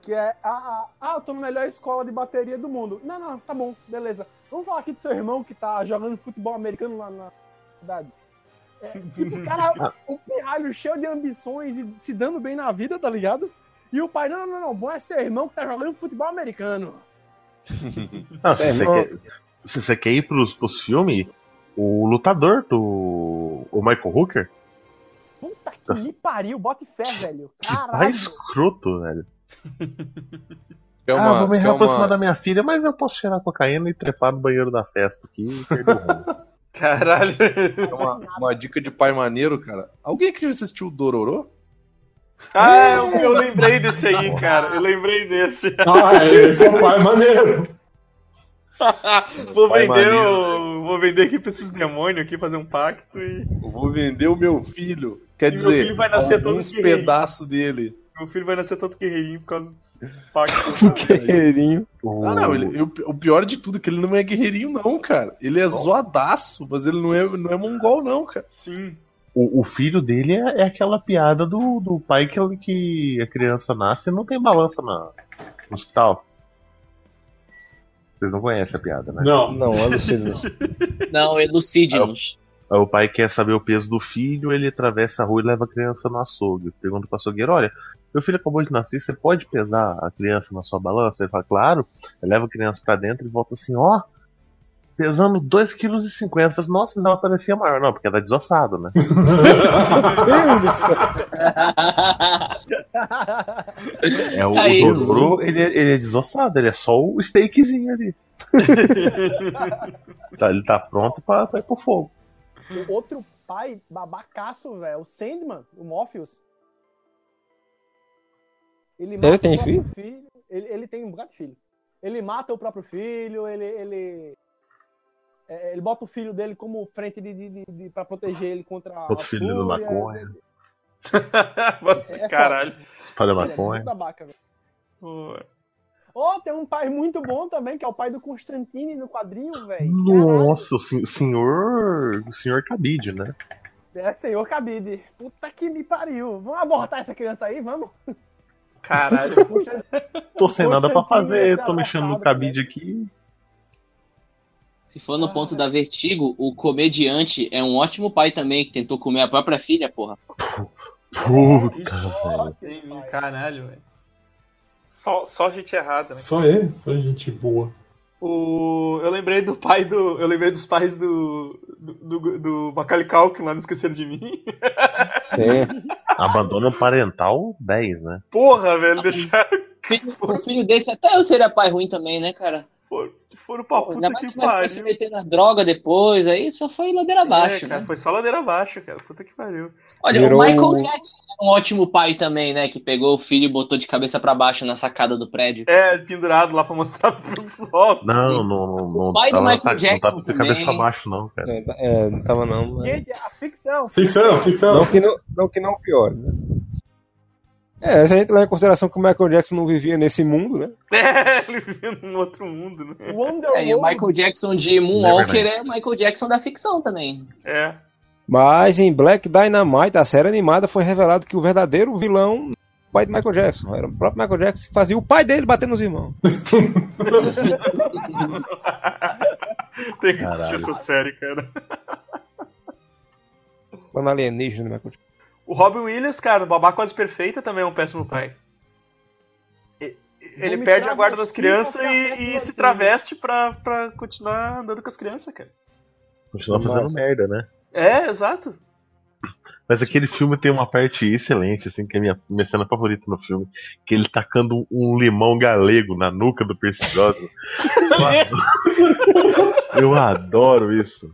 Que é. Ah, ah, ah, eu tô na melhor escola de bateria do mundo. Não, não, tá bom, beleza. Vamos falar aqui do seu irmão que tá jogando futebol americano lá na cidade. É, tipo, o cara, o pirralho cheio de ambições e se dando bem na vida, tá ligado? E o pai, não, não, não, bom é seu irmão que tá jogando futebol americano.
Ah, se,
É,
você
não-
quer, se você quer ir pros, pros filmes, o lutador do o Michael Hooker
Puta que me pariu, bota fé, velho. Caralho.
mais tá escroto, velho.
É
ah, vou me
que é uma-
aproximar da minha filha, mas eu posso tirar cocaína e trepar no banheiro da festa aqui e perder o rumo.
Caralho.
é uma, uma dica de pai maneiro, cara. Alguém que já assistiu o Dororô?
Ah, eu, eu lembrei desse aí, cara. Eu lembrei desse.
Ah, é, esse é o pai maneiro.
Vou
Pai
vender,
maneiro,
o- vou vender aqui pra esses demônios aqui, fazer um pacto e
Eu vou vender o meu filho. Quer
E meu
dizer,
filho vai nascer todo
alguns
guerreiro.
pedaços dele.
meu filho vai nascer todo guerreirinho por causa desse pacto.
Guerreirinho.
O-
Ah, não, ele- e o, o pior de tudo é que ele não é guerreirinho, não, cara. Ele é zoadaço, mas ele não é, não é mongol, não, cara.
Sim.
o, o filho dele é, é aquela piada do, do pai que, que a criança nasce e não tem balança na, no hospital. Vocês não conhecem a piada, né?
Não.
Não, é Lucido.
Não, é elucide-nos.
Aí O pai quer saber o peso do filho, ele atravessa a rua e leva a criança no açougue. Pergunta pro açougueiro: Olha, meu filho acabou de nascer, você pode pesar a criança na sua balança? Ele fala: Claro. Ele leva a criança pra dentro e volta assim: Ó, pesando 2,50 kg. Fala assim, Nossa, mas ela parecia maior. Não, porque ela é desossada, né? É o,
Aí.
o Dororo, ele, é- ele é desossado, ele é só o steakzinho ali. Tá, ele tá pronto pra, pra ir pro fogo.
O outro pai babacaço, velho, o Sandman, o Morpheus. Ele
Ele tem
próprio
filho?
ele, ele tem um bocado de filho. Ele mata o próprio filho, ele. ele... é, ele bota o filho dele como frente de, de, de, de- pra proteger ele contra.
Outro
a
filho dando
fúria.
maconha.
É
Caralho.
Espalha
Ele é muito
maconha.
babaca, velho. Oh, tem um pai muito bom também, que é o pai do Constantine no quadrinho, velho.
Nossa, o sen- senhor. o senhor cabide, né?
É senhor cabide. Puta que me pariu. Vamos abortar essa criança aí, vamos?
Caralho.
Tô sem nada pra
Constantino ia
fazer,
ser
é
tô mexendo no
abraçado,
né?
cabide aqui.
Se for no ponto da vertigo, o comediante é um ótimo pai também, que tentou comer a própria filha, porra.
Puta, velho.
Ih, Caralho, velho. Só, só gente errada, né?
Só é, só gente boa.
O... Eu lembrei do pai do. Eu lembrei dos pais do. do, do, do Macaulay Culkin lá no Esqueceram de Mim.
Sim.
Abandono parental 10, né?
Porra,
Ah,
velho, deixaram.
Filho- Um filho desse, até eu seria pai ruim também, né, cara?
for- Foram pra puta
Ainda mais
que
que nós foi se
pariu.
meter na droga depois, aí só foi ladeira abaixo,
É, cara,
né?
foi só ladeira abaixo, cara. Puta que pariu.
Olha,
Virou
o Michael
um-
Jackson é um ótimo pai também, né? Que pegou o filho e botou de cabeça pra baixo na sacada do prédio.
É, pendurado lá pra mostrar pro pessoal.
Não, não, não.
O
não
pai do
tava-
Michael
tá- Não
Jackson
tá de cabeça pra
também.
baixo, não, cara.
É, é, não tava não. mas-
Gente, é a ficção.
Ficção, ficção.
Não que não, não, que não piore, né? É, se a gente levar em consideração que o Michael Jackson não vivia nesse mundo, né?
É, ele vivendo num outro mundo, né?
Wonder
É, e o
Woman.
Michael Jackson de Moonwalker é o Michael Jackson da ficção também.
É.
Mas em Black Dynamite, a série animada, foi revelado que o verdadeiro vilão era o pai de Michael Jackson. Era o próprio Michael Jackson que fazia o pai dele bater nos irmãos.
Tem que
Caralho.
assistir essa série, cara.
Plano alienígena do Michael Jackson.
O Robin Williams, cara, o Babá Quase Perfeita também é um péssimo pai. E- Ele
Vomitar
perde a guarda das
mosquito
crianças
pra perto
e, e
do
se
asilo.
traveste pra, pra continuar andando com as crianças, cara.
Continua fazendo
Nossa.
merda, né?
É, exato.
Mas aquele filme tem uma parte excelente, assim, que é minha, minha cena favorita no filme, que ele tacando um limão galego na nuca do Percy Brosnan. Eu adoro- Eu adoro isso.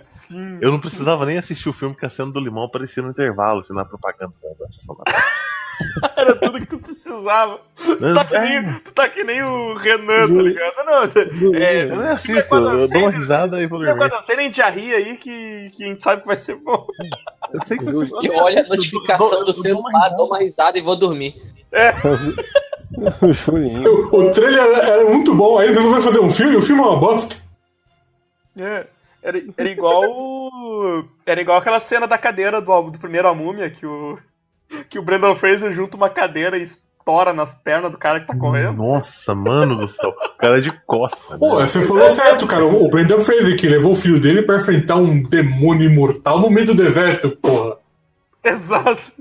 Sim.
Eu não precisava nem assistir o filme, porque a cena do limão aparecia no intervalo, assim, na propaganda da sessão da tarde.
Era tudo que tu precisava. Tu tá que nem, tu tá que nem o Renan, tá
Juro.
ligado? Não, você, é,
Eu nem assisto, eu
assim,
dou uma
né?
risada e vou
tem
dormir.
uma cena em diarria aí que, que a gente sabe que vai ser bom.
É. Eu sei que vai ser-
E
nem
olha
assisto,
a
eu dou- eu
notificação
dou
do
uma
celular,
risada.
dou uma risada e vou dormir.
O Julinho.
Eu- o trailer era, era muito bom, aí eles resolveram fazer um filme, o filme é uma bosta.
É, era, era igual. o- Era igual aquela cena da cadeira do, álbum- do primeiro A Múmia, que o. Que o Brendan Fraser junta uma cadeira e estoura nas pernas do cara que
Hum.
tá correndo.
Nossa, mano do céu. O cara é de costa.
Pô,
né?
você falou certo, cara. O Brendan Fraser que levou o filho dele pra enfrentar um demônio imortal no meio do deserto, porra.
Exato.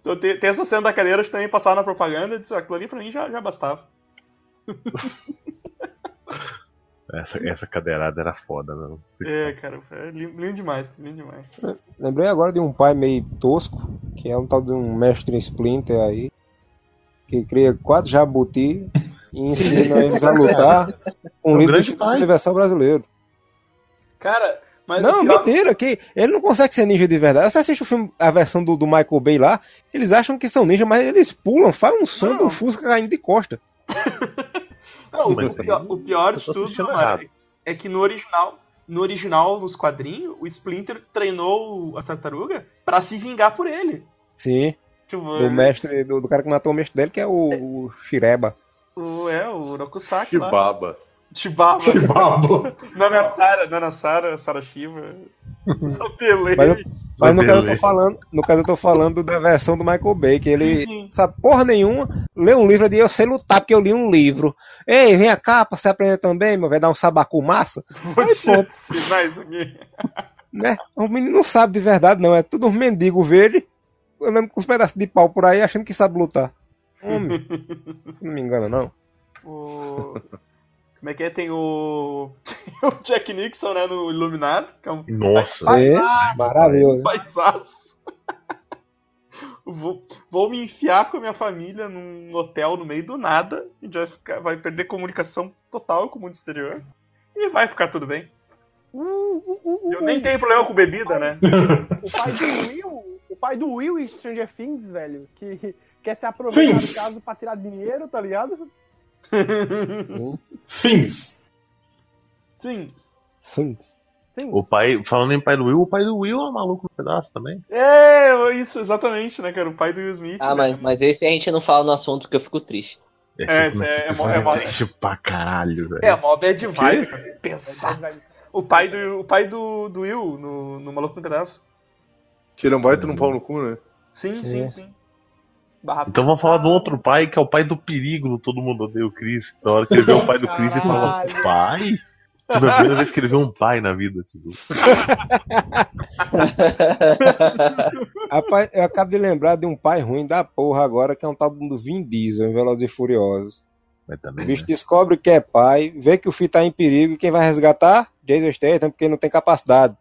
Então tem, tem essa cena da cadeira que também passar na propaganda e disse, "Ah, aquilo ali pra mim já, já bastava.
Essa, essa cadeirada era foda, mano.
É, cara, é lindo, lindo demais, lindo demais.
Lembrei agora de um pai meio tosco, que é um tal de um mestre Splinter aí, que cria quatro jabuti e ensina eles a lutar
É
com
um
o líder do
grande
Instituto
pai.
Universal Brasileiro.
Cara, mas
Não,
o pior-
mentira, que ele não consegue ser ninja de verdade. Você assiste o filme, a versão do, do Michael Bay lá, eles acham que são ninja, mas eles pulam, faz um som
Não.
do Fusca caindo de costa.
Não, o,
Mas
pior,
aí
o pior
eu
de
tô
tudo
assistindo
mano,
errado.
é que no original, no original, nos quadrinhos, o Splinter treinou o- a tartaruga pra se vingar por ele.
Sim,
Tipo,
do mestre, do, do cara que matou o mestre dele, que é o, o Shireba.
o, é, o Rokusaki
Que
lá.
baba.
Chibaba.
Que babo.
Nanasara, Nanasara, Sara Shiva. Só Pelé.
Mas eu- Mas no caso, eu tô
Beleza.
falando, no caso eu tô falando da versão do Michael Bay, que ele
Sim.
sabe porra nenhuma, lê um livro de eu sei lutar, porque eu li um livro. Ei, vem cá pra você aprender também, meu, vai dar um sabacu massa,
Vou
Ai,
te
pô.
ensinar isso aqui.
né? O menino não sabe de verdade, não, é tudo um mendigo verde, andando com os pedaços de pau por aí, achando que sabe lutar. Homem, não me engana, não.
O... Como é que é? Tem o. Tem o Jack Nixon, né? No Iluminado, que é um
Nossa.
É, maravilhoso.
paisaço. Vou, vou me enfiar com a minha família num hotel no meio do nada. A gente vai, ficar- vai perder comunicação total com o mundo exterior. E vai ficar tudo bem.
O- o- o- o-
Eu nem tenho problema com bebida, né?
O uh, pai do Will, pai do Will em Stranger Things, velho, que quer se aproveitar do caso pra tirar dinheiro, tá ligado?
Things.
Things.
Sim.
O pai, falando em pai do Will, o pai do Will é um maluco no pedaço também.
É, isso, exatamente, né, cara? O pai do Will Smith. né?
Ah, mas, mas esse a gente não fala no assunto porque eu fico triste.
É, isso é- é mó- é mó-
Triste pra caralho, velho.
É, mó bad vibe,
Quê?
cara. Pensado. O pai do, o pai do, do Will no, no Maluco no Pedaço.
Que ele é um baita num pau no cu, né?
Sim, sim, sim. Barra
Então vamos falar do outro pai, que é o pai do perigo do Todo Mundo Odeia o Chris. Na hora que ele vê o pai do Chris, ele fala,
Caralho.
pai? Tipo, é a primeira vez que ele vê um pai na vida, tipo.
Ah,
Rapaz, eu acabo de lembrar de um pai ruim da porra agora, que é um tal do Vin Diesel em Velozes e Furiosos.
Mas
O
também,
bicho
né?
descobre que é pai, vê que o filho tá em perigo e quem vai resgatar? Jason Statham, porque ele não tem capacidade.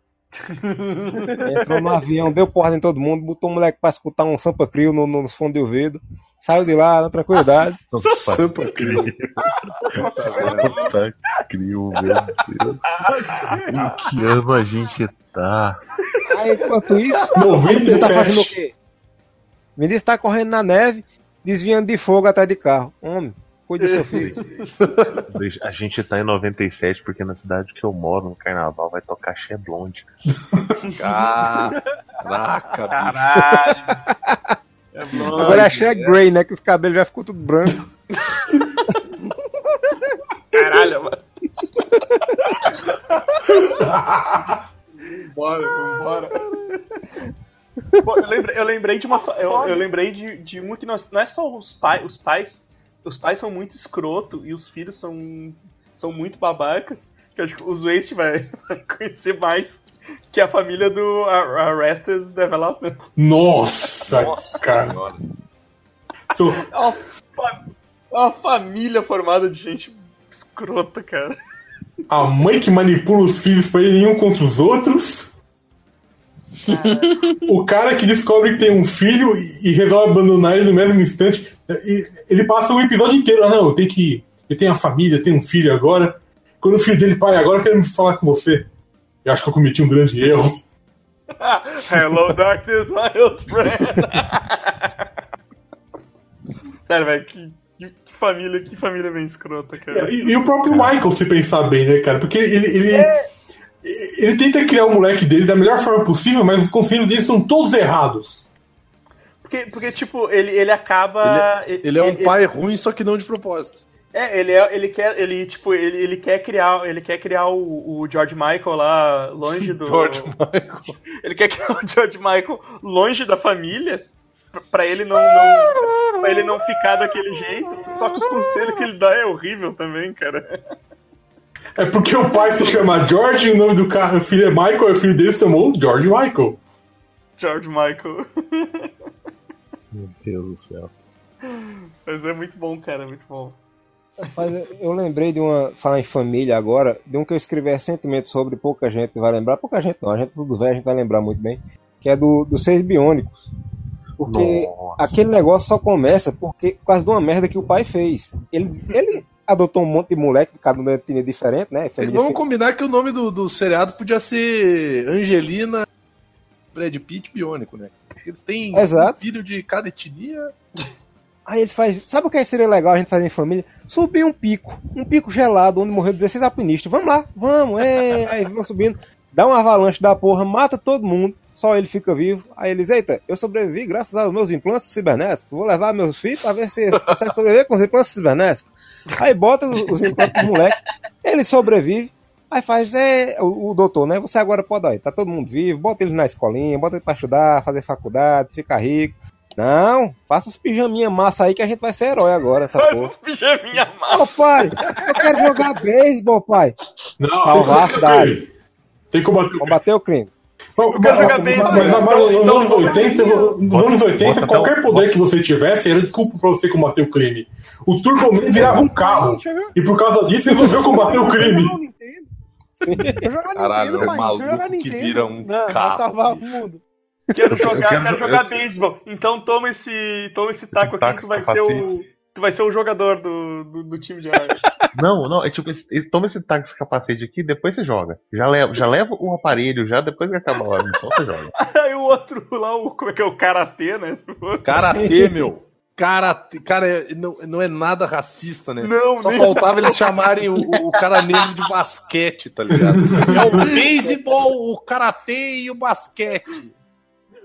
Entrou no avião, deu porrada em todo mundo, botou o moleque pra escutar um Sampa Crio no, no fundo de ouvido, saiu de lá na tranquilidade.
Sampa Crio. Sampa Crio, meu Deus. Em que ano a gente tá?
Aí, enquanto isso,
97.
Vinícius tá fazendo o quê? Vinícius tá correndo na neve, desviando de fogo atrás de carro. Homem, cuide do seu filho.
Deixa- A gente tá em 97, porque na cidade que eu moro, no carnaval, vai tocar Cheblonde.
Caraca, bicho.
Caralho. É bom.
Agora achei Grey, né? Que os cabelos já ficou tudo branco.
Caralho, mano. Vambora, vambora. Pô, eu, lembrei, eu lembrei de uma. fa- Eu, eu lembrei de, de uma que não é, não é só os pais. Os pais. Os pais são muito escroto e os filhos são. são muito babacas. Que eu acho que os Waste vai, vai conhecer mais que a família do Ar- Arrested Development.
Nossa, cara. So-
É uma, fa- é uma família formada de gente escrota, cara.
a mãe que manipula os filhos pra irem um contra os outros. o cara que descobre que tem um filho e e resolve abandonar ele no mesmo instante. E ele passa um episódio inteiro. Ah, não, eu tenho que. Eu tenho a família, eu tenho um filho agora. Quando o filho dele, pai, agora eu quero me falar com você. Eu acho que eu cometi um grande erro.
Hello, darkness, my old friend. Sério, velho, que, que família, que família bem escrota, cara.
E, e o próprio Michael, se pensar bem, né, cara? Porque ele. ele Ele tenta criar o moleque dele da melhor forma possível, mas os conselhos dele são todos errados.
Porque, porque tipo, ele, ele acaba.
Ele é um pai ruim, só que não de propósito.
É, ele, é, ele quer, ele, tipo, ele, ele quer criar, ele quer criar o, o George Michael lá longe do.
George Michael.
Ele quer criar o George Michael longe da família, pra- pra ele não, não pra ele não ficar daquele jeito. Só que os conselhos que ele dá é horrível também, cara.
É porque o pai se chama George e o nome do cara, o filho é Michael, e o filho dele se chamou George Michael.
George Michael.
Meu Deus do céu.
Mas é muito bom, cara, é muito bom.
Rapaz, eu- eu lembrei de uma. Falar em família agora, de um que eu escrevi recentemente sobre pouca gente vai lembrar. Pouca gente não, a gente tudo velho, a gente vai lembrar muito bem. Que é do, do Seis Biônicos. Porque
Nossa.
aquele negócio só começa porque, por causa de uma merda que o pai fez. Ele, ele adotou um monte de moleque, cada um da etnia diferente,
Tá
né? Família
É, Vamos
fi-
combinar que o nome do, do seriado podia ser Angelina, Brad Pitt, Biônico, né? Eles têm
Exato.
um filho de cada etnia.
Aí ele faz. Sabe o que seria legal a gente fazer em família? Subir um pico. Um pico gelado onde morreu 16 alpinistas. Vamos lá, vamos. É. Aí vão subindo. Dá uma avalanche da porra, mata todo mundo. Só ele fica vivo. Aí eles, eita, eu sobrevivi graças aos meus implantes cibernéticos. Vou levar meus filhos pra ver se eles conseguem sobreviver com os implantes cibernéticos. Aí bota os os implantes do moleque. Ele sobrevive. Aí faz, é, o, o doutor, né? Você agora pode, aí, tá todo mundo vivo, bota ele na escolinha, bota ele pra estudar, fazer faculdade, ficar rico. Não, passa os pijaminha massa aí que a gente vai ser herói agora, essa porra.
Os pijaminha má.
Ô pai, eu quero jogar beisebol, pai.
Não,
Ah,
Salvar a cidade.
Tem que combater.
Combater o crime.
Mas,
quero jogar
mas,
bem,
mas,
né?
agora, nos
Então,
anos
então,
80, nos
bota-
anos 80
bota
qualquer
até um-
poder que você tivesse era desculpa pra você combater o crime. O Turbo
É.
Man virava um carro. E por causa disso resolveu combater o crime.
Eu Nintendo. Eu jogar
Caralho,
Nintendo,
é
pai.
maluco
Eu jogar
que
Nintendo.
vira um
Não, vai
carro,
salvar o
bicho.
mundo.
Quero jogar,
quero-
quero jogar beisebol. Então toma esse, toma esse taco aqui
taco
que tu vai
que tá
ser o
passivo.
tu vai ser o jogador do, do, do time de arte.
Não, não, é tipo, esse- esse- toma esse táxi capacete aqui, depois você joga. Já leva, já leva o aparelho, já depois que acabar a missão, você joga.
Aí o outro lá, o, como é que é? O Karatê, né?
Karatê, meu. Karatê. Cara, é- não, não é nada racista, né?
Não,
Só
nem-
faltava eles chamarem o, o cara negro de basquete, tá ligado? É o beisebol, o karatê e o basquete.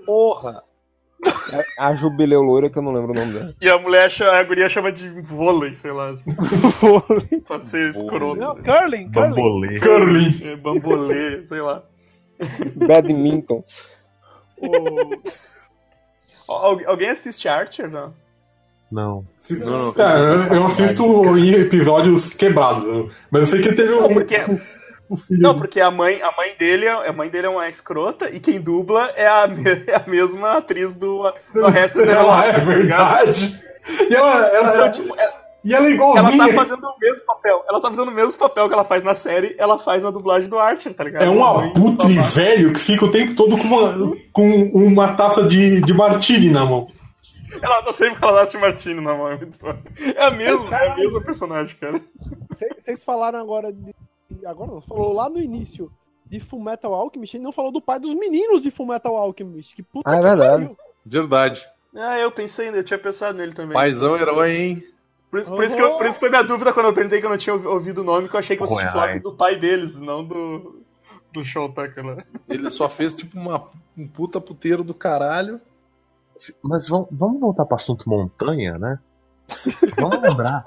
Porra.
É A, a Jubileu Loira, que eu não lembro o nome dela.
E a mulher, cha- a guria chama de vôlei, sei lá. pra ser escroto.
Não, curling, curling.
Bambolê.
Curling.
É, bambolê, sei lá.
Badminton.
Ó, algu- alguém assiste Archer, não?
Não.
Se-
Não, não,
Cara, É, eu- eu assisto em episódios quebrados, né? mas eu sei que teve
Não,
um.
porque,
um filho.
não, porque a, mãe, a mãe dele é, a mãe dele é uma escrota e quem dubla é a, me- é a mesma atriz do, do resto
ela
dela. tá
é verdade. E ela, ela, ela- e Então, ela é
Ela
igualzinha.
tá fazendo o mesmo papel. Ela tá fazendo o mesmo papel que ela faz na série, ela faz na dublagem do Archer, tá ligado?
É um
Mãe,
abutre
babá.
velho que fica o tempo todo com uma, com uma taça de, de martini na mão.
Ela tá sempre com a Last Martini na mão, é muito bom. É a mesma, é a mesma personagem, cara.
Cê- Vocês falaram agora de. Agora não, falou lá no início de Fullmetal Alchemist, ele não falou do pai dos meninos de Fullmetal Alchemist. Que puta
Ah, é
que
verdade.
pariu.
Verdade.
Ah, eu pensei, eu tinha pensado nele também.
Paizão herói, hein?
Por isso, por isso que eu- por isso que foi minha dúvida quando eu perguntei que eu não tinha ouvi- ouvido o nome, que eu achei que você
Ué,
tinha
ai.
falado do pai deles, não do. do Showtaker lá.
Ele só fez tipo uma, um puta puteiro do caralho.
Se- Mas vamos, vamos voltar pro assunto montanha, né? Vamos lembrar.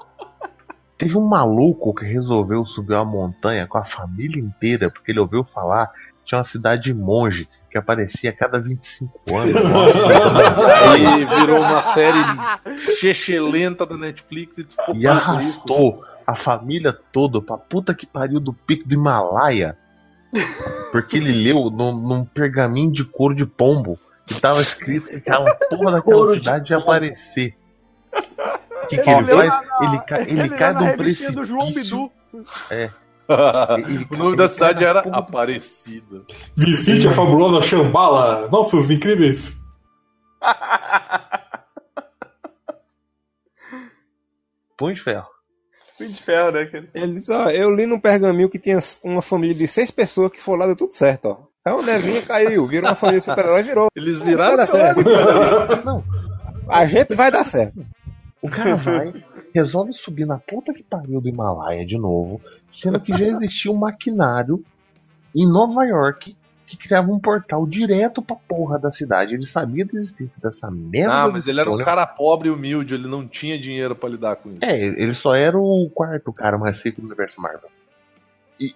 Teve um maluco que resolveu subir uma montanha com a família inteira, porque ele ouviu falar que tinha uma cidade de monge que aparecia a cada 25 anos. Ah.
Aí virou uma série chechelenta da Netflix e ficou
e arrastou a família toda pra puta que pariu do pico do Himalaia. Porque ele leu num, num pergaminho de couro de pombo que tava escrito que aquela porra daquela cidade ia aparecer. O que, que ele
leu
faz?
na- na-
ele cai, ele
leu na
cai de um
revistinha
precipício.
do João Bidu.
Ele-
o nome da
é. ele
cidade
cai na
era
porra do-
Aparecida.
Visite a fabulosa Shambhala. Nossa, os incríveis.
Punho de ferro.
Fim de ferro, né, cara?
Ele disse, ó, eu li num pergaminho que tinha uma família de seis pessoas que foi lá, deu tudo certo, ó. Aí uma nevinha caiu, virou uma família de super-herói, virou.
Eles viraram
Vai dar certo.
É.
Não.
A gente vai dar certo.
O cara vai, resolve subir na puta que pariu do Himalaia de novo, sendo que já existia um maquinário em Nova York que criava um portal direto pra porra da cidade. Ele sabia da existência dessa merda.
Ah, mas
de
ele era um
porra.
cara pobre e humilde, ele não tinha dinheiro pra lidar com isso.
É, ele só era o quarto cara mais rico do universo Marvel. E,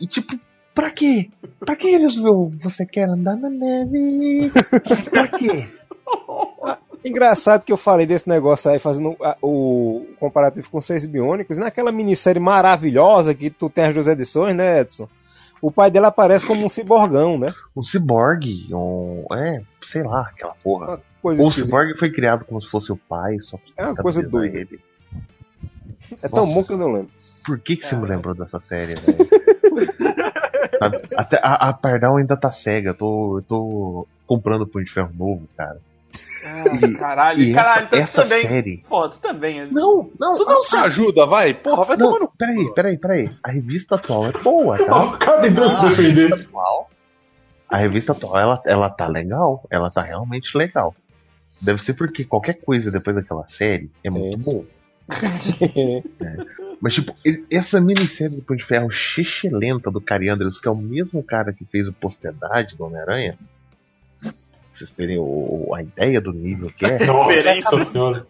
e tipo, pra quê? Pra que ele resolveu? Você quer andar na neve? pra quê?
Engraçado que eu falei desse negócio aí, fazendo a- o comparativo com Seis Biônicos, naquela minissérie maravilhosa que tu tem as duas edições, né, Edson? O pai dela aparece como um ciborgão, né?
Um ciborgue, um. É, sei lá, aquela porra.
Coisa
O
esquisita.
Cyborg foi criado como se fosse o pai, só que
É uma coisa
desestabiliza
doida.
ele.
É tão
Nossa.
bom que eu não lembro.
Por que, que você
É.
me lembrou dessa série, velho? Sabe, Até a, a Pardal ainda tá cega, eu tô, eu tô comprando punho de ferro novo, cara. E-
Ah, caralho,
E
caralho, então tu- tu
essa, essa
também.
série.
Pô, tu também. né?
Não, não,
Tu não Então se ajuda, vai? Porra, vai tomar
não,
no
peraí, peraí, peraí. A revista atual é boa, tá?
Ó, o cara tentando se defender.
A revista atual, ela, ela tá legal, ela tá realmente legal. Deve ser porque qualquer coisa depois daquela série é muito
É.
boa. Mas, tipo, e- essa minissérie do Punho de Ferro lenta do Cary Andrews, que é o mesmo cara que fez o Posterdade do Homem-Aranha, pra vocês terem o- o- a ideia do nível que é,
Nossa senhora.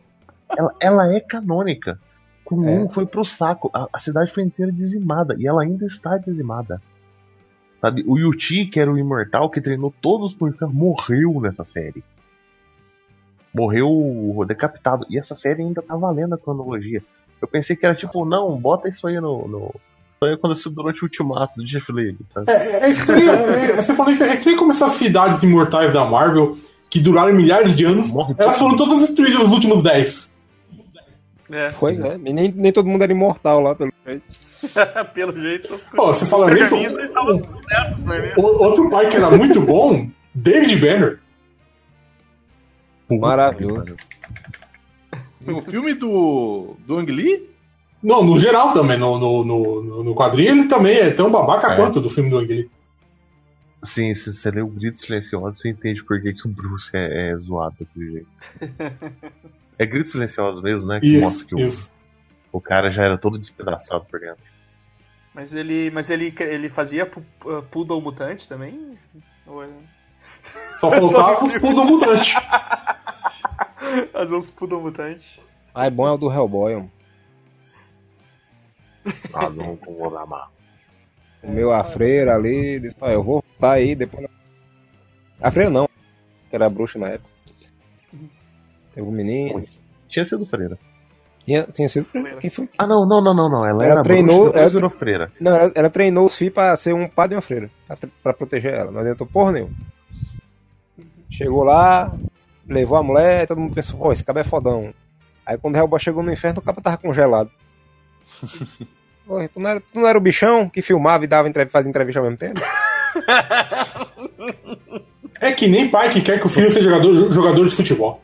ela, ela é canônica. Com
É.
um foi pro saco, a, a cidade foi inteira dizimada, e ela ainda está dizimada. Sabe, o Yuti, que era o imortal, que treinou todos os Punho de Ferro, morreu nessa série. Morreu decapitado. E essa série ainda tá valendo a cronologia. Eu pensei que era tipo, não, bota isso aí no. no... Isso aí aconteceu durante o ultimato do Jeff Lee, sabe?
É, é estranho, é, é- você falou isso, é estranho como essas cidades imortais da Marvel, que duraram milhares de anos,
Morre
elas foram todas destruídas nos últimos 10.
É,
Pois é, nem, nem todo mundo era imortal lá, pelo jeito.
pelo jeito. os-
Ó, você
os
fala isso?
pergaminhos, eles estavam tudo certos, né?
O- outro pai que era muito bom, David Banner.
Puta
Maravilhoso.
que pariu.
No filme do, do Ang Lee,
Não, no geral também, no, no, no, no quadrinho ele também é tão babaca
É.
quanto do filme do Ang Lee.
Sim, se você lê o grito silencioso, você entende por que, que o Bruce é, é zoado daquele jeito. É grito silencioso mesmo, né? Que
Isso,
mostra que o,
isso.
o cara já era todo despedaçado por dentro.
Mas ele. Mas ele, ele fazia pu- uh, poodle mutante também? Ou é-
Só faltava os pulos mutantes.
Fazer uns poodle mutante.
Ah, é bom é o do Hellboy, mano.
Ah, não com o Olamar.
O meu a freira ali disse, ó, eu vou voltar aí, depois. A freira não, que era bruxa na época. Teve um menino.
Tinha sido freira.
Tinha, tinha sido. Quem foi?
Ah, não, não, não, não, não. Ela,
Ela
era bruxa,
treinou-
depois
ela-
virou freira.
Não, ela, ela treinou os filhos pra ser um padre e uma freira. Pra, pra proteger ela. Não adiantou porra nenhuma. Chegou lá, levou a mulher, todo mundo pensou, pô, esse cabo é fodão. Aí quando o Hellboy chegou no inferno, o cabo tava congelado. Pô, tu, não era, tu não era o bichão que filmava e dava entrev fazia entrevista ao mesmo tempo?
É que nem pai que quer que o filho seja jogador, jogador de futebol.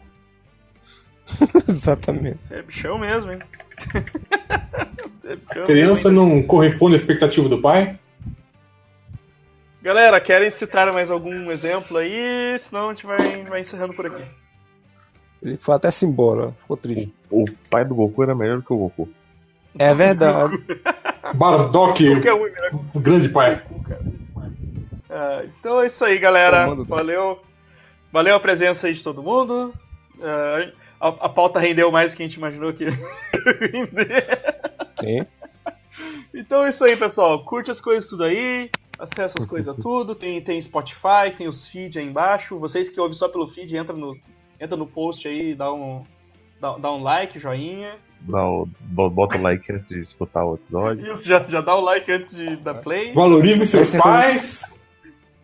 Exatamente.
Você é bichão mesmo, hein? Você é bichão
Criança
mesmo, hein?
não corresponde à expectativa do pai.
Galera, querem citar mais algum exemplo aí? Senão a gente vai, vai encerrando por aqui.
Ele foi até se embora, ficou triste.
O pai do Goku era melhor do que o Goku.
É verdade.
Bardock,
Qualquer um é melhor que o
o grande pai.
cu, cara. Ah, então é isso aí, galera.
Comando do-
Valeu. Valeu a presença aí de todo mundo. Ah, a, a pauta rendeu mais do que a gente imaginou que render.
Sim.
Então é isso aí, pessoal. Curte as coisas tudo aí. Acessa as coisas tudo. Tem, tem Spotify, tem os feed aí embaixo. Vocês que ouvem só pelo feed, entra no, entra no post aí, dá um, dá, dá um like, joinha.
Dá o- bo- bota o like antes de escutar o episódio.
Isso, já, já dá o like antes de, da play.
Valorize seus
Acertou.
pais.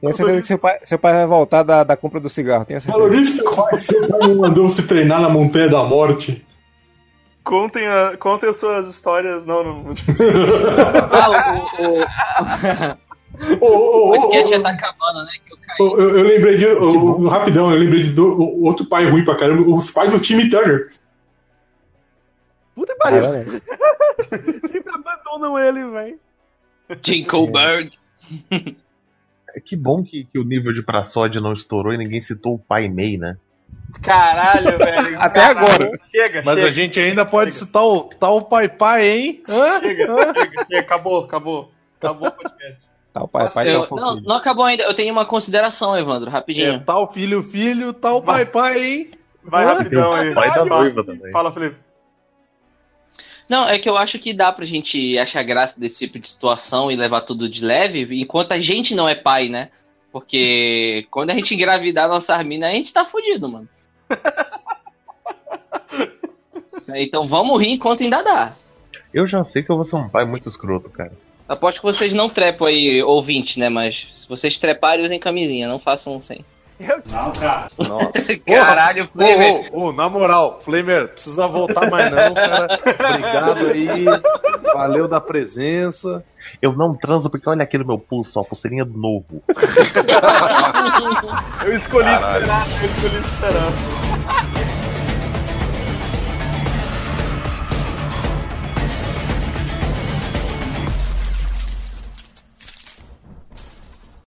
Tenho certeza que seu pai, seu pai vai voltar da, da compra do cigarro, tenho certeza.
Valorize seu pai. Seu pai me mandou se treinar na Montanha da Morte.
Contem, a- contem as suas histórias. Não, não.
Ah, o, o-
Ô, ô,
o
ô, ô,
podcast já
ô,
tá acabando, né? Que eu caí.
ô, eu, eu lembrei de. ô, ô, rapidão, eu lembrei de do- o- outro pai ruim pra caramba. Os pais do time Turner.
Puta que pariu. Sempre abandonam ele, velho.
Jim Colberg.
É que bom que, que o nível de Praçódia não estourou e ninguém citou o pai Mei, né?
Caralho, velho.
Até
Caralho.
agora.
Chega,
Mas
chega,
a gente ainda pode citar o tal pai pai, hein? Hã?
chega, chega, chega. Acabou, acabou. Acabou o podcast.
Tá, o pai, pai
Eu-
tá
não,
fofinho.
não acabou ainda. Eu tenho uma consideração, Evandro,
É
rapidinho.
tal filho, filho, tal pai pai, hein?
Vai rapidão aí.
Vai da
Fala-
noiva também.
Fala, Felipe.
Não, é que eu acho que dá pra gente achar graça desse tipo de situação e levar tudo de leve, enquanto a gente não é pai, né? Porque quando a gente engravidar nossas minas, a gente tá fudido, mano. Então vamos rir enquanto ainda dá.
Eu já sei que eu vou ser um pai muito escroto, cara.
Aposto que vocês não trepam aí, ouvinte, né? Mas se vocês treparem, usem camisinha, não façam sem. Caralho,
Ô, ô, ô, na moral, Flamer, precisa voltar mais não, cara. Obrigado aí. Valeu da presença.
Eu não transo porque olha aqui no meu pulso, ó, pulseirinha do novo.
Eu escolhi esperar, eu escolhi esperar.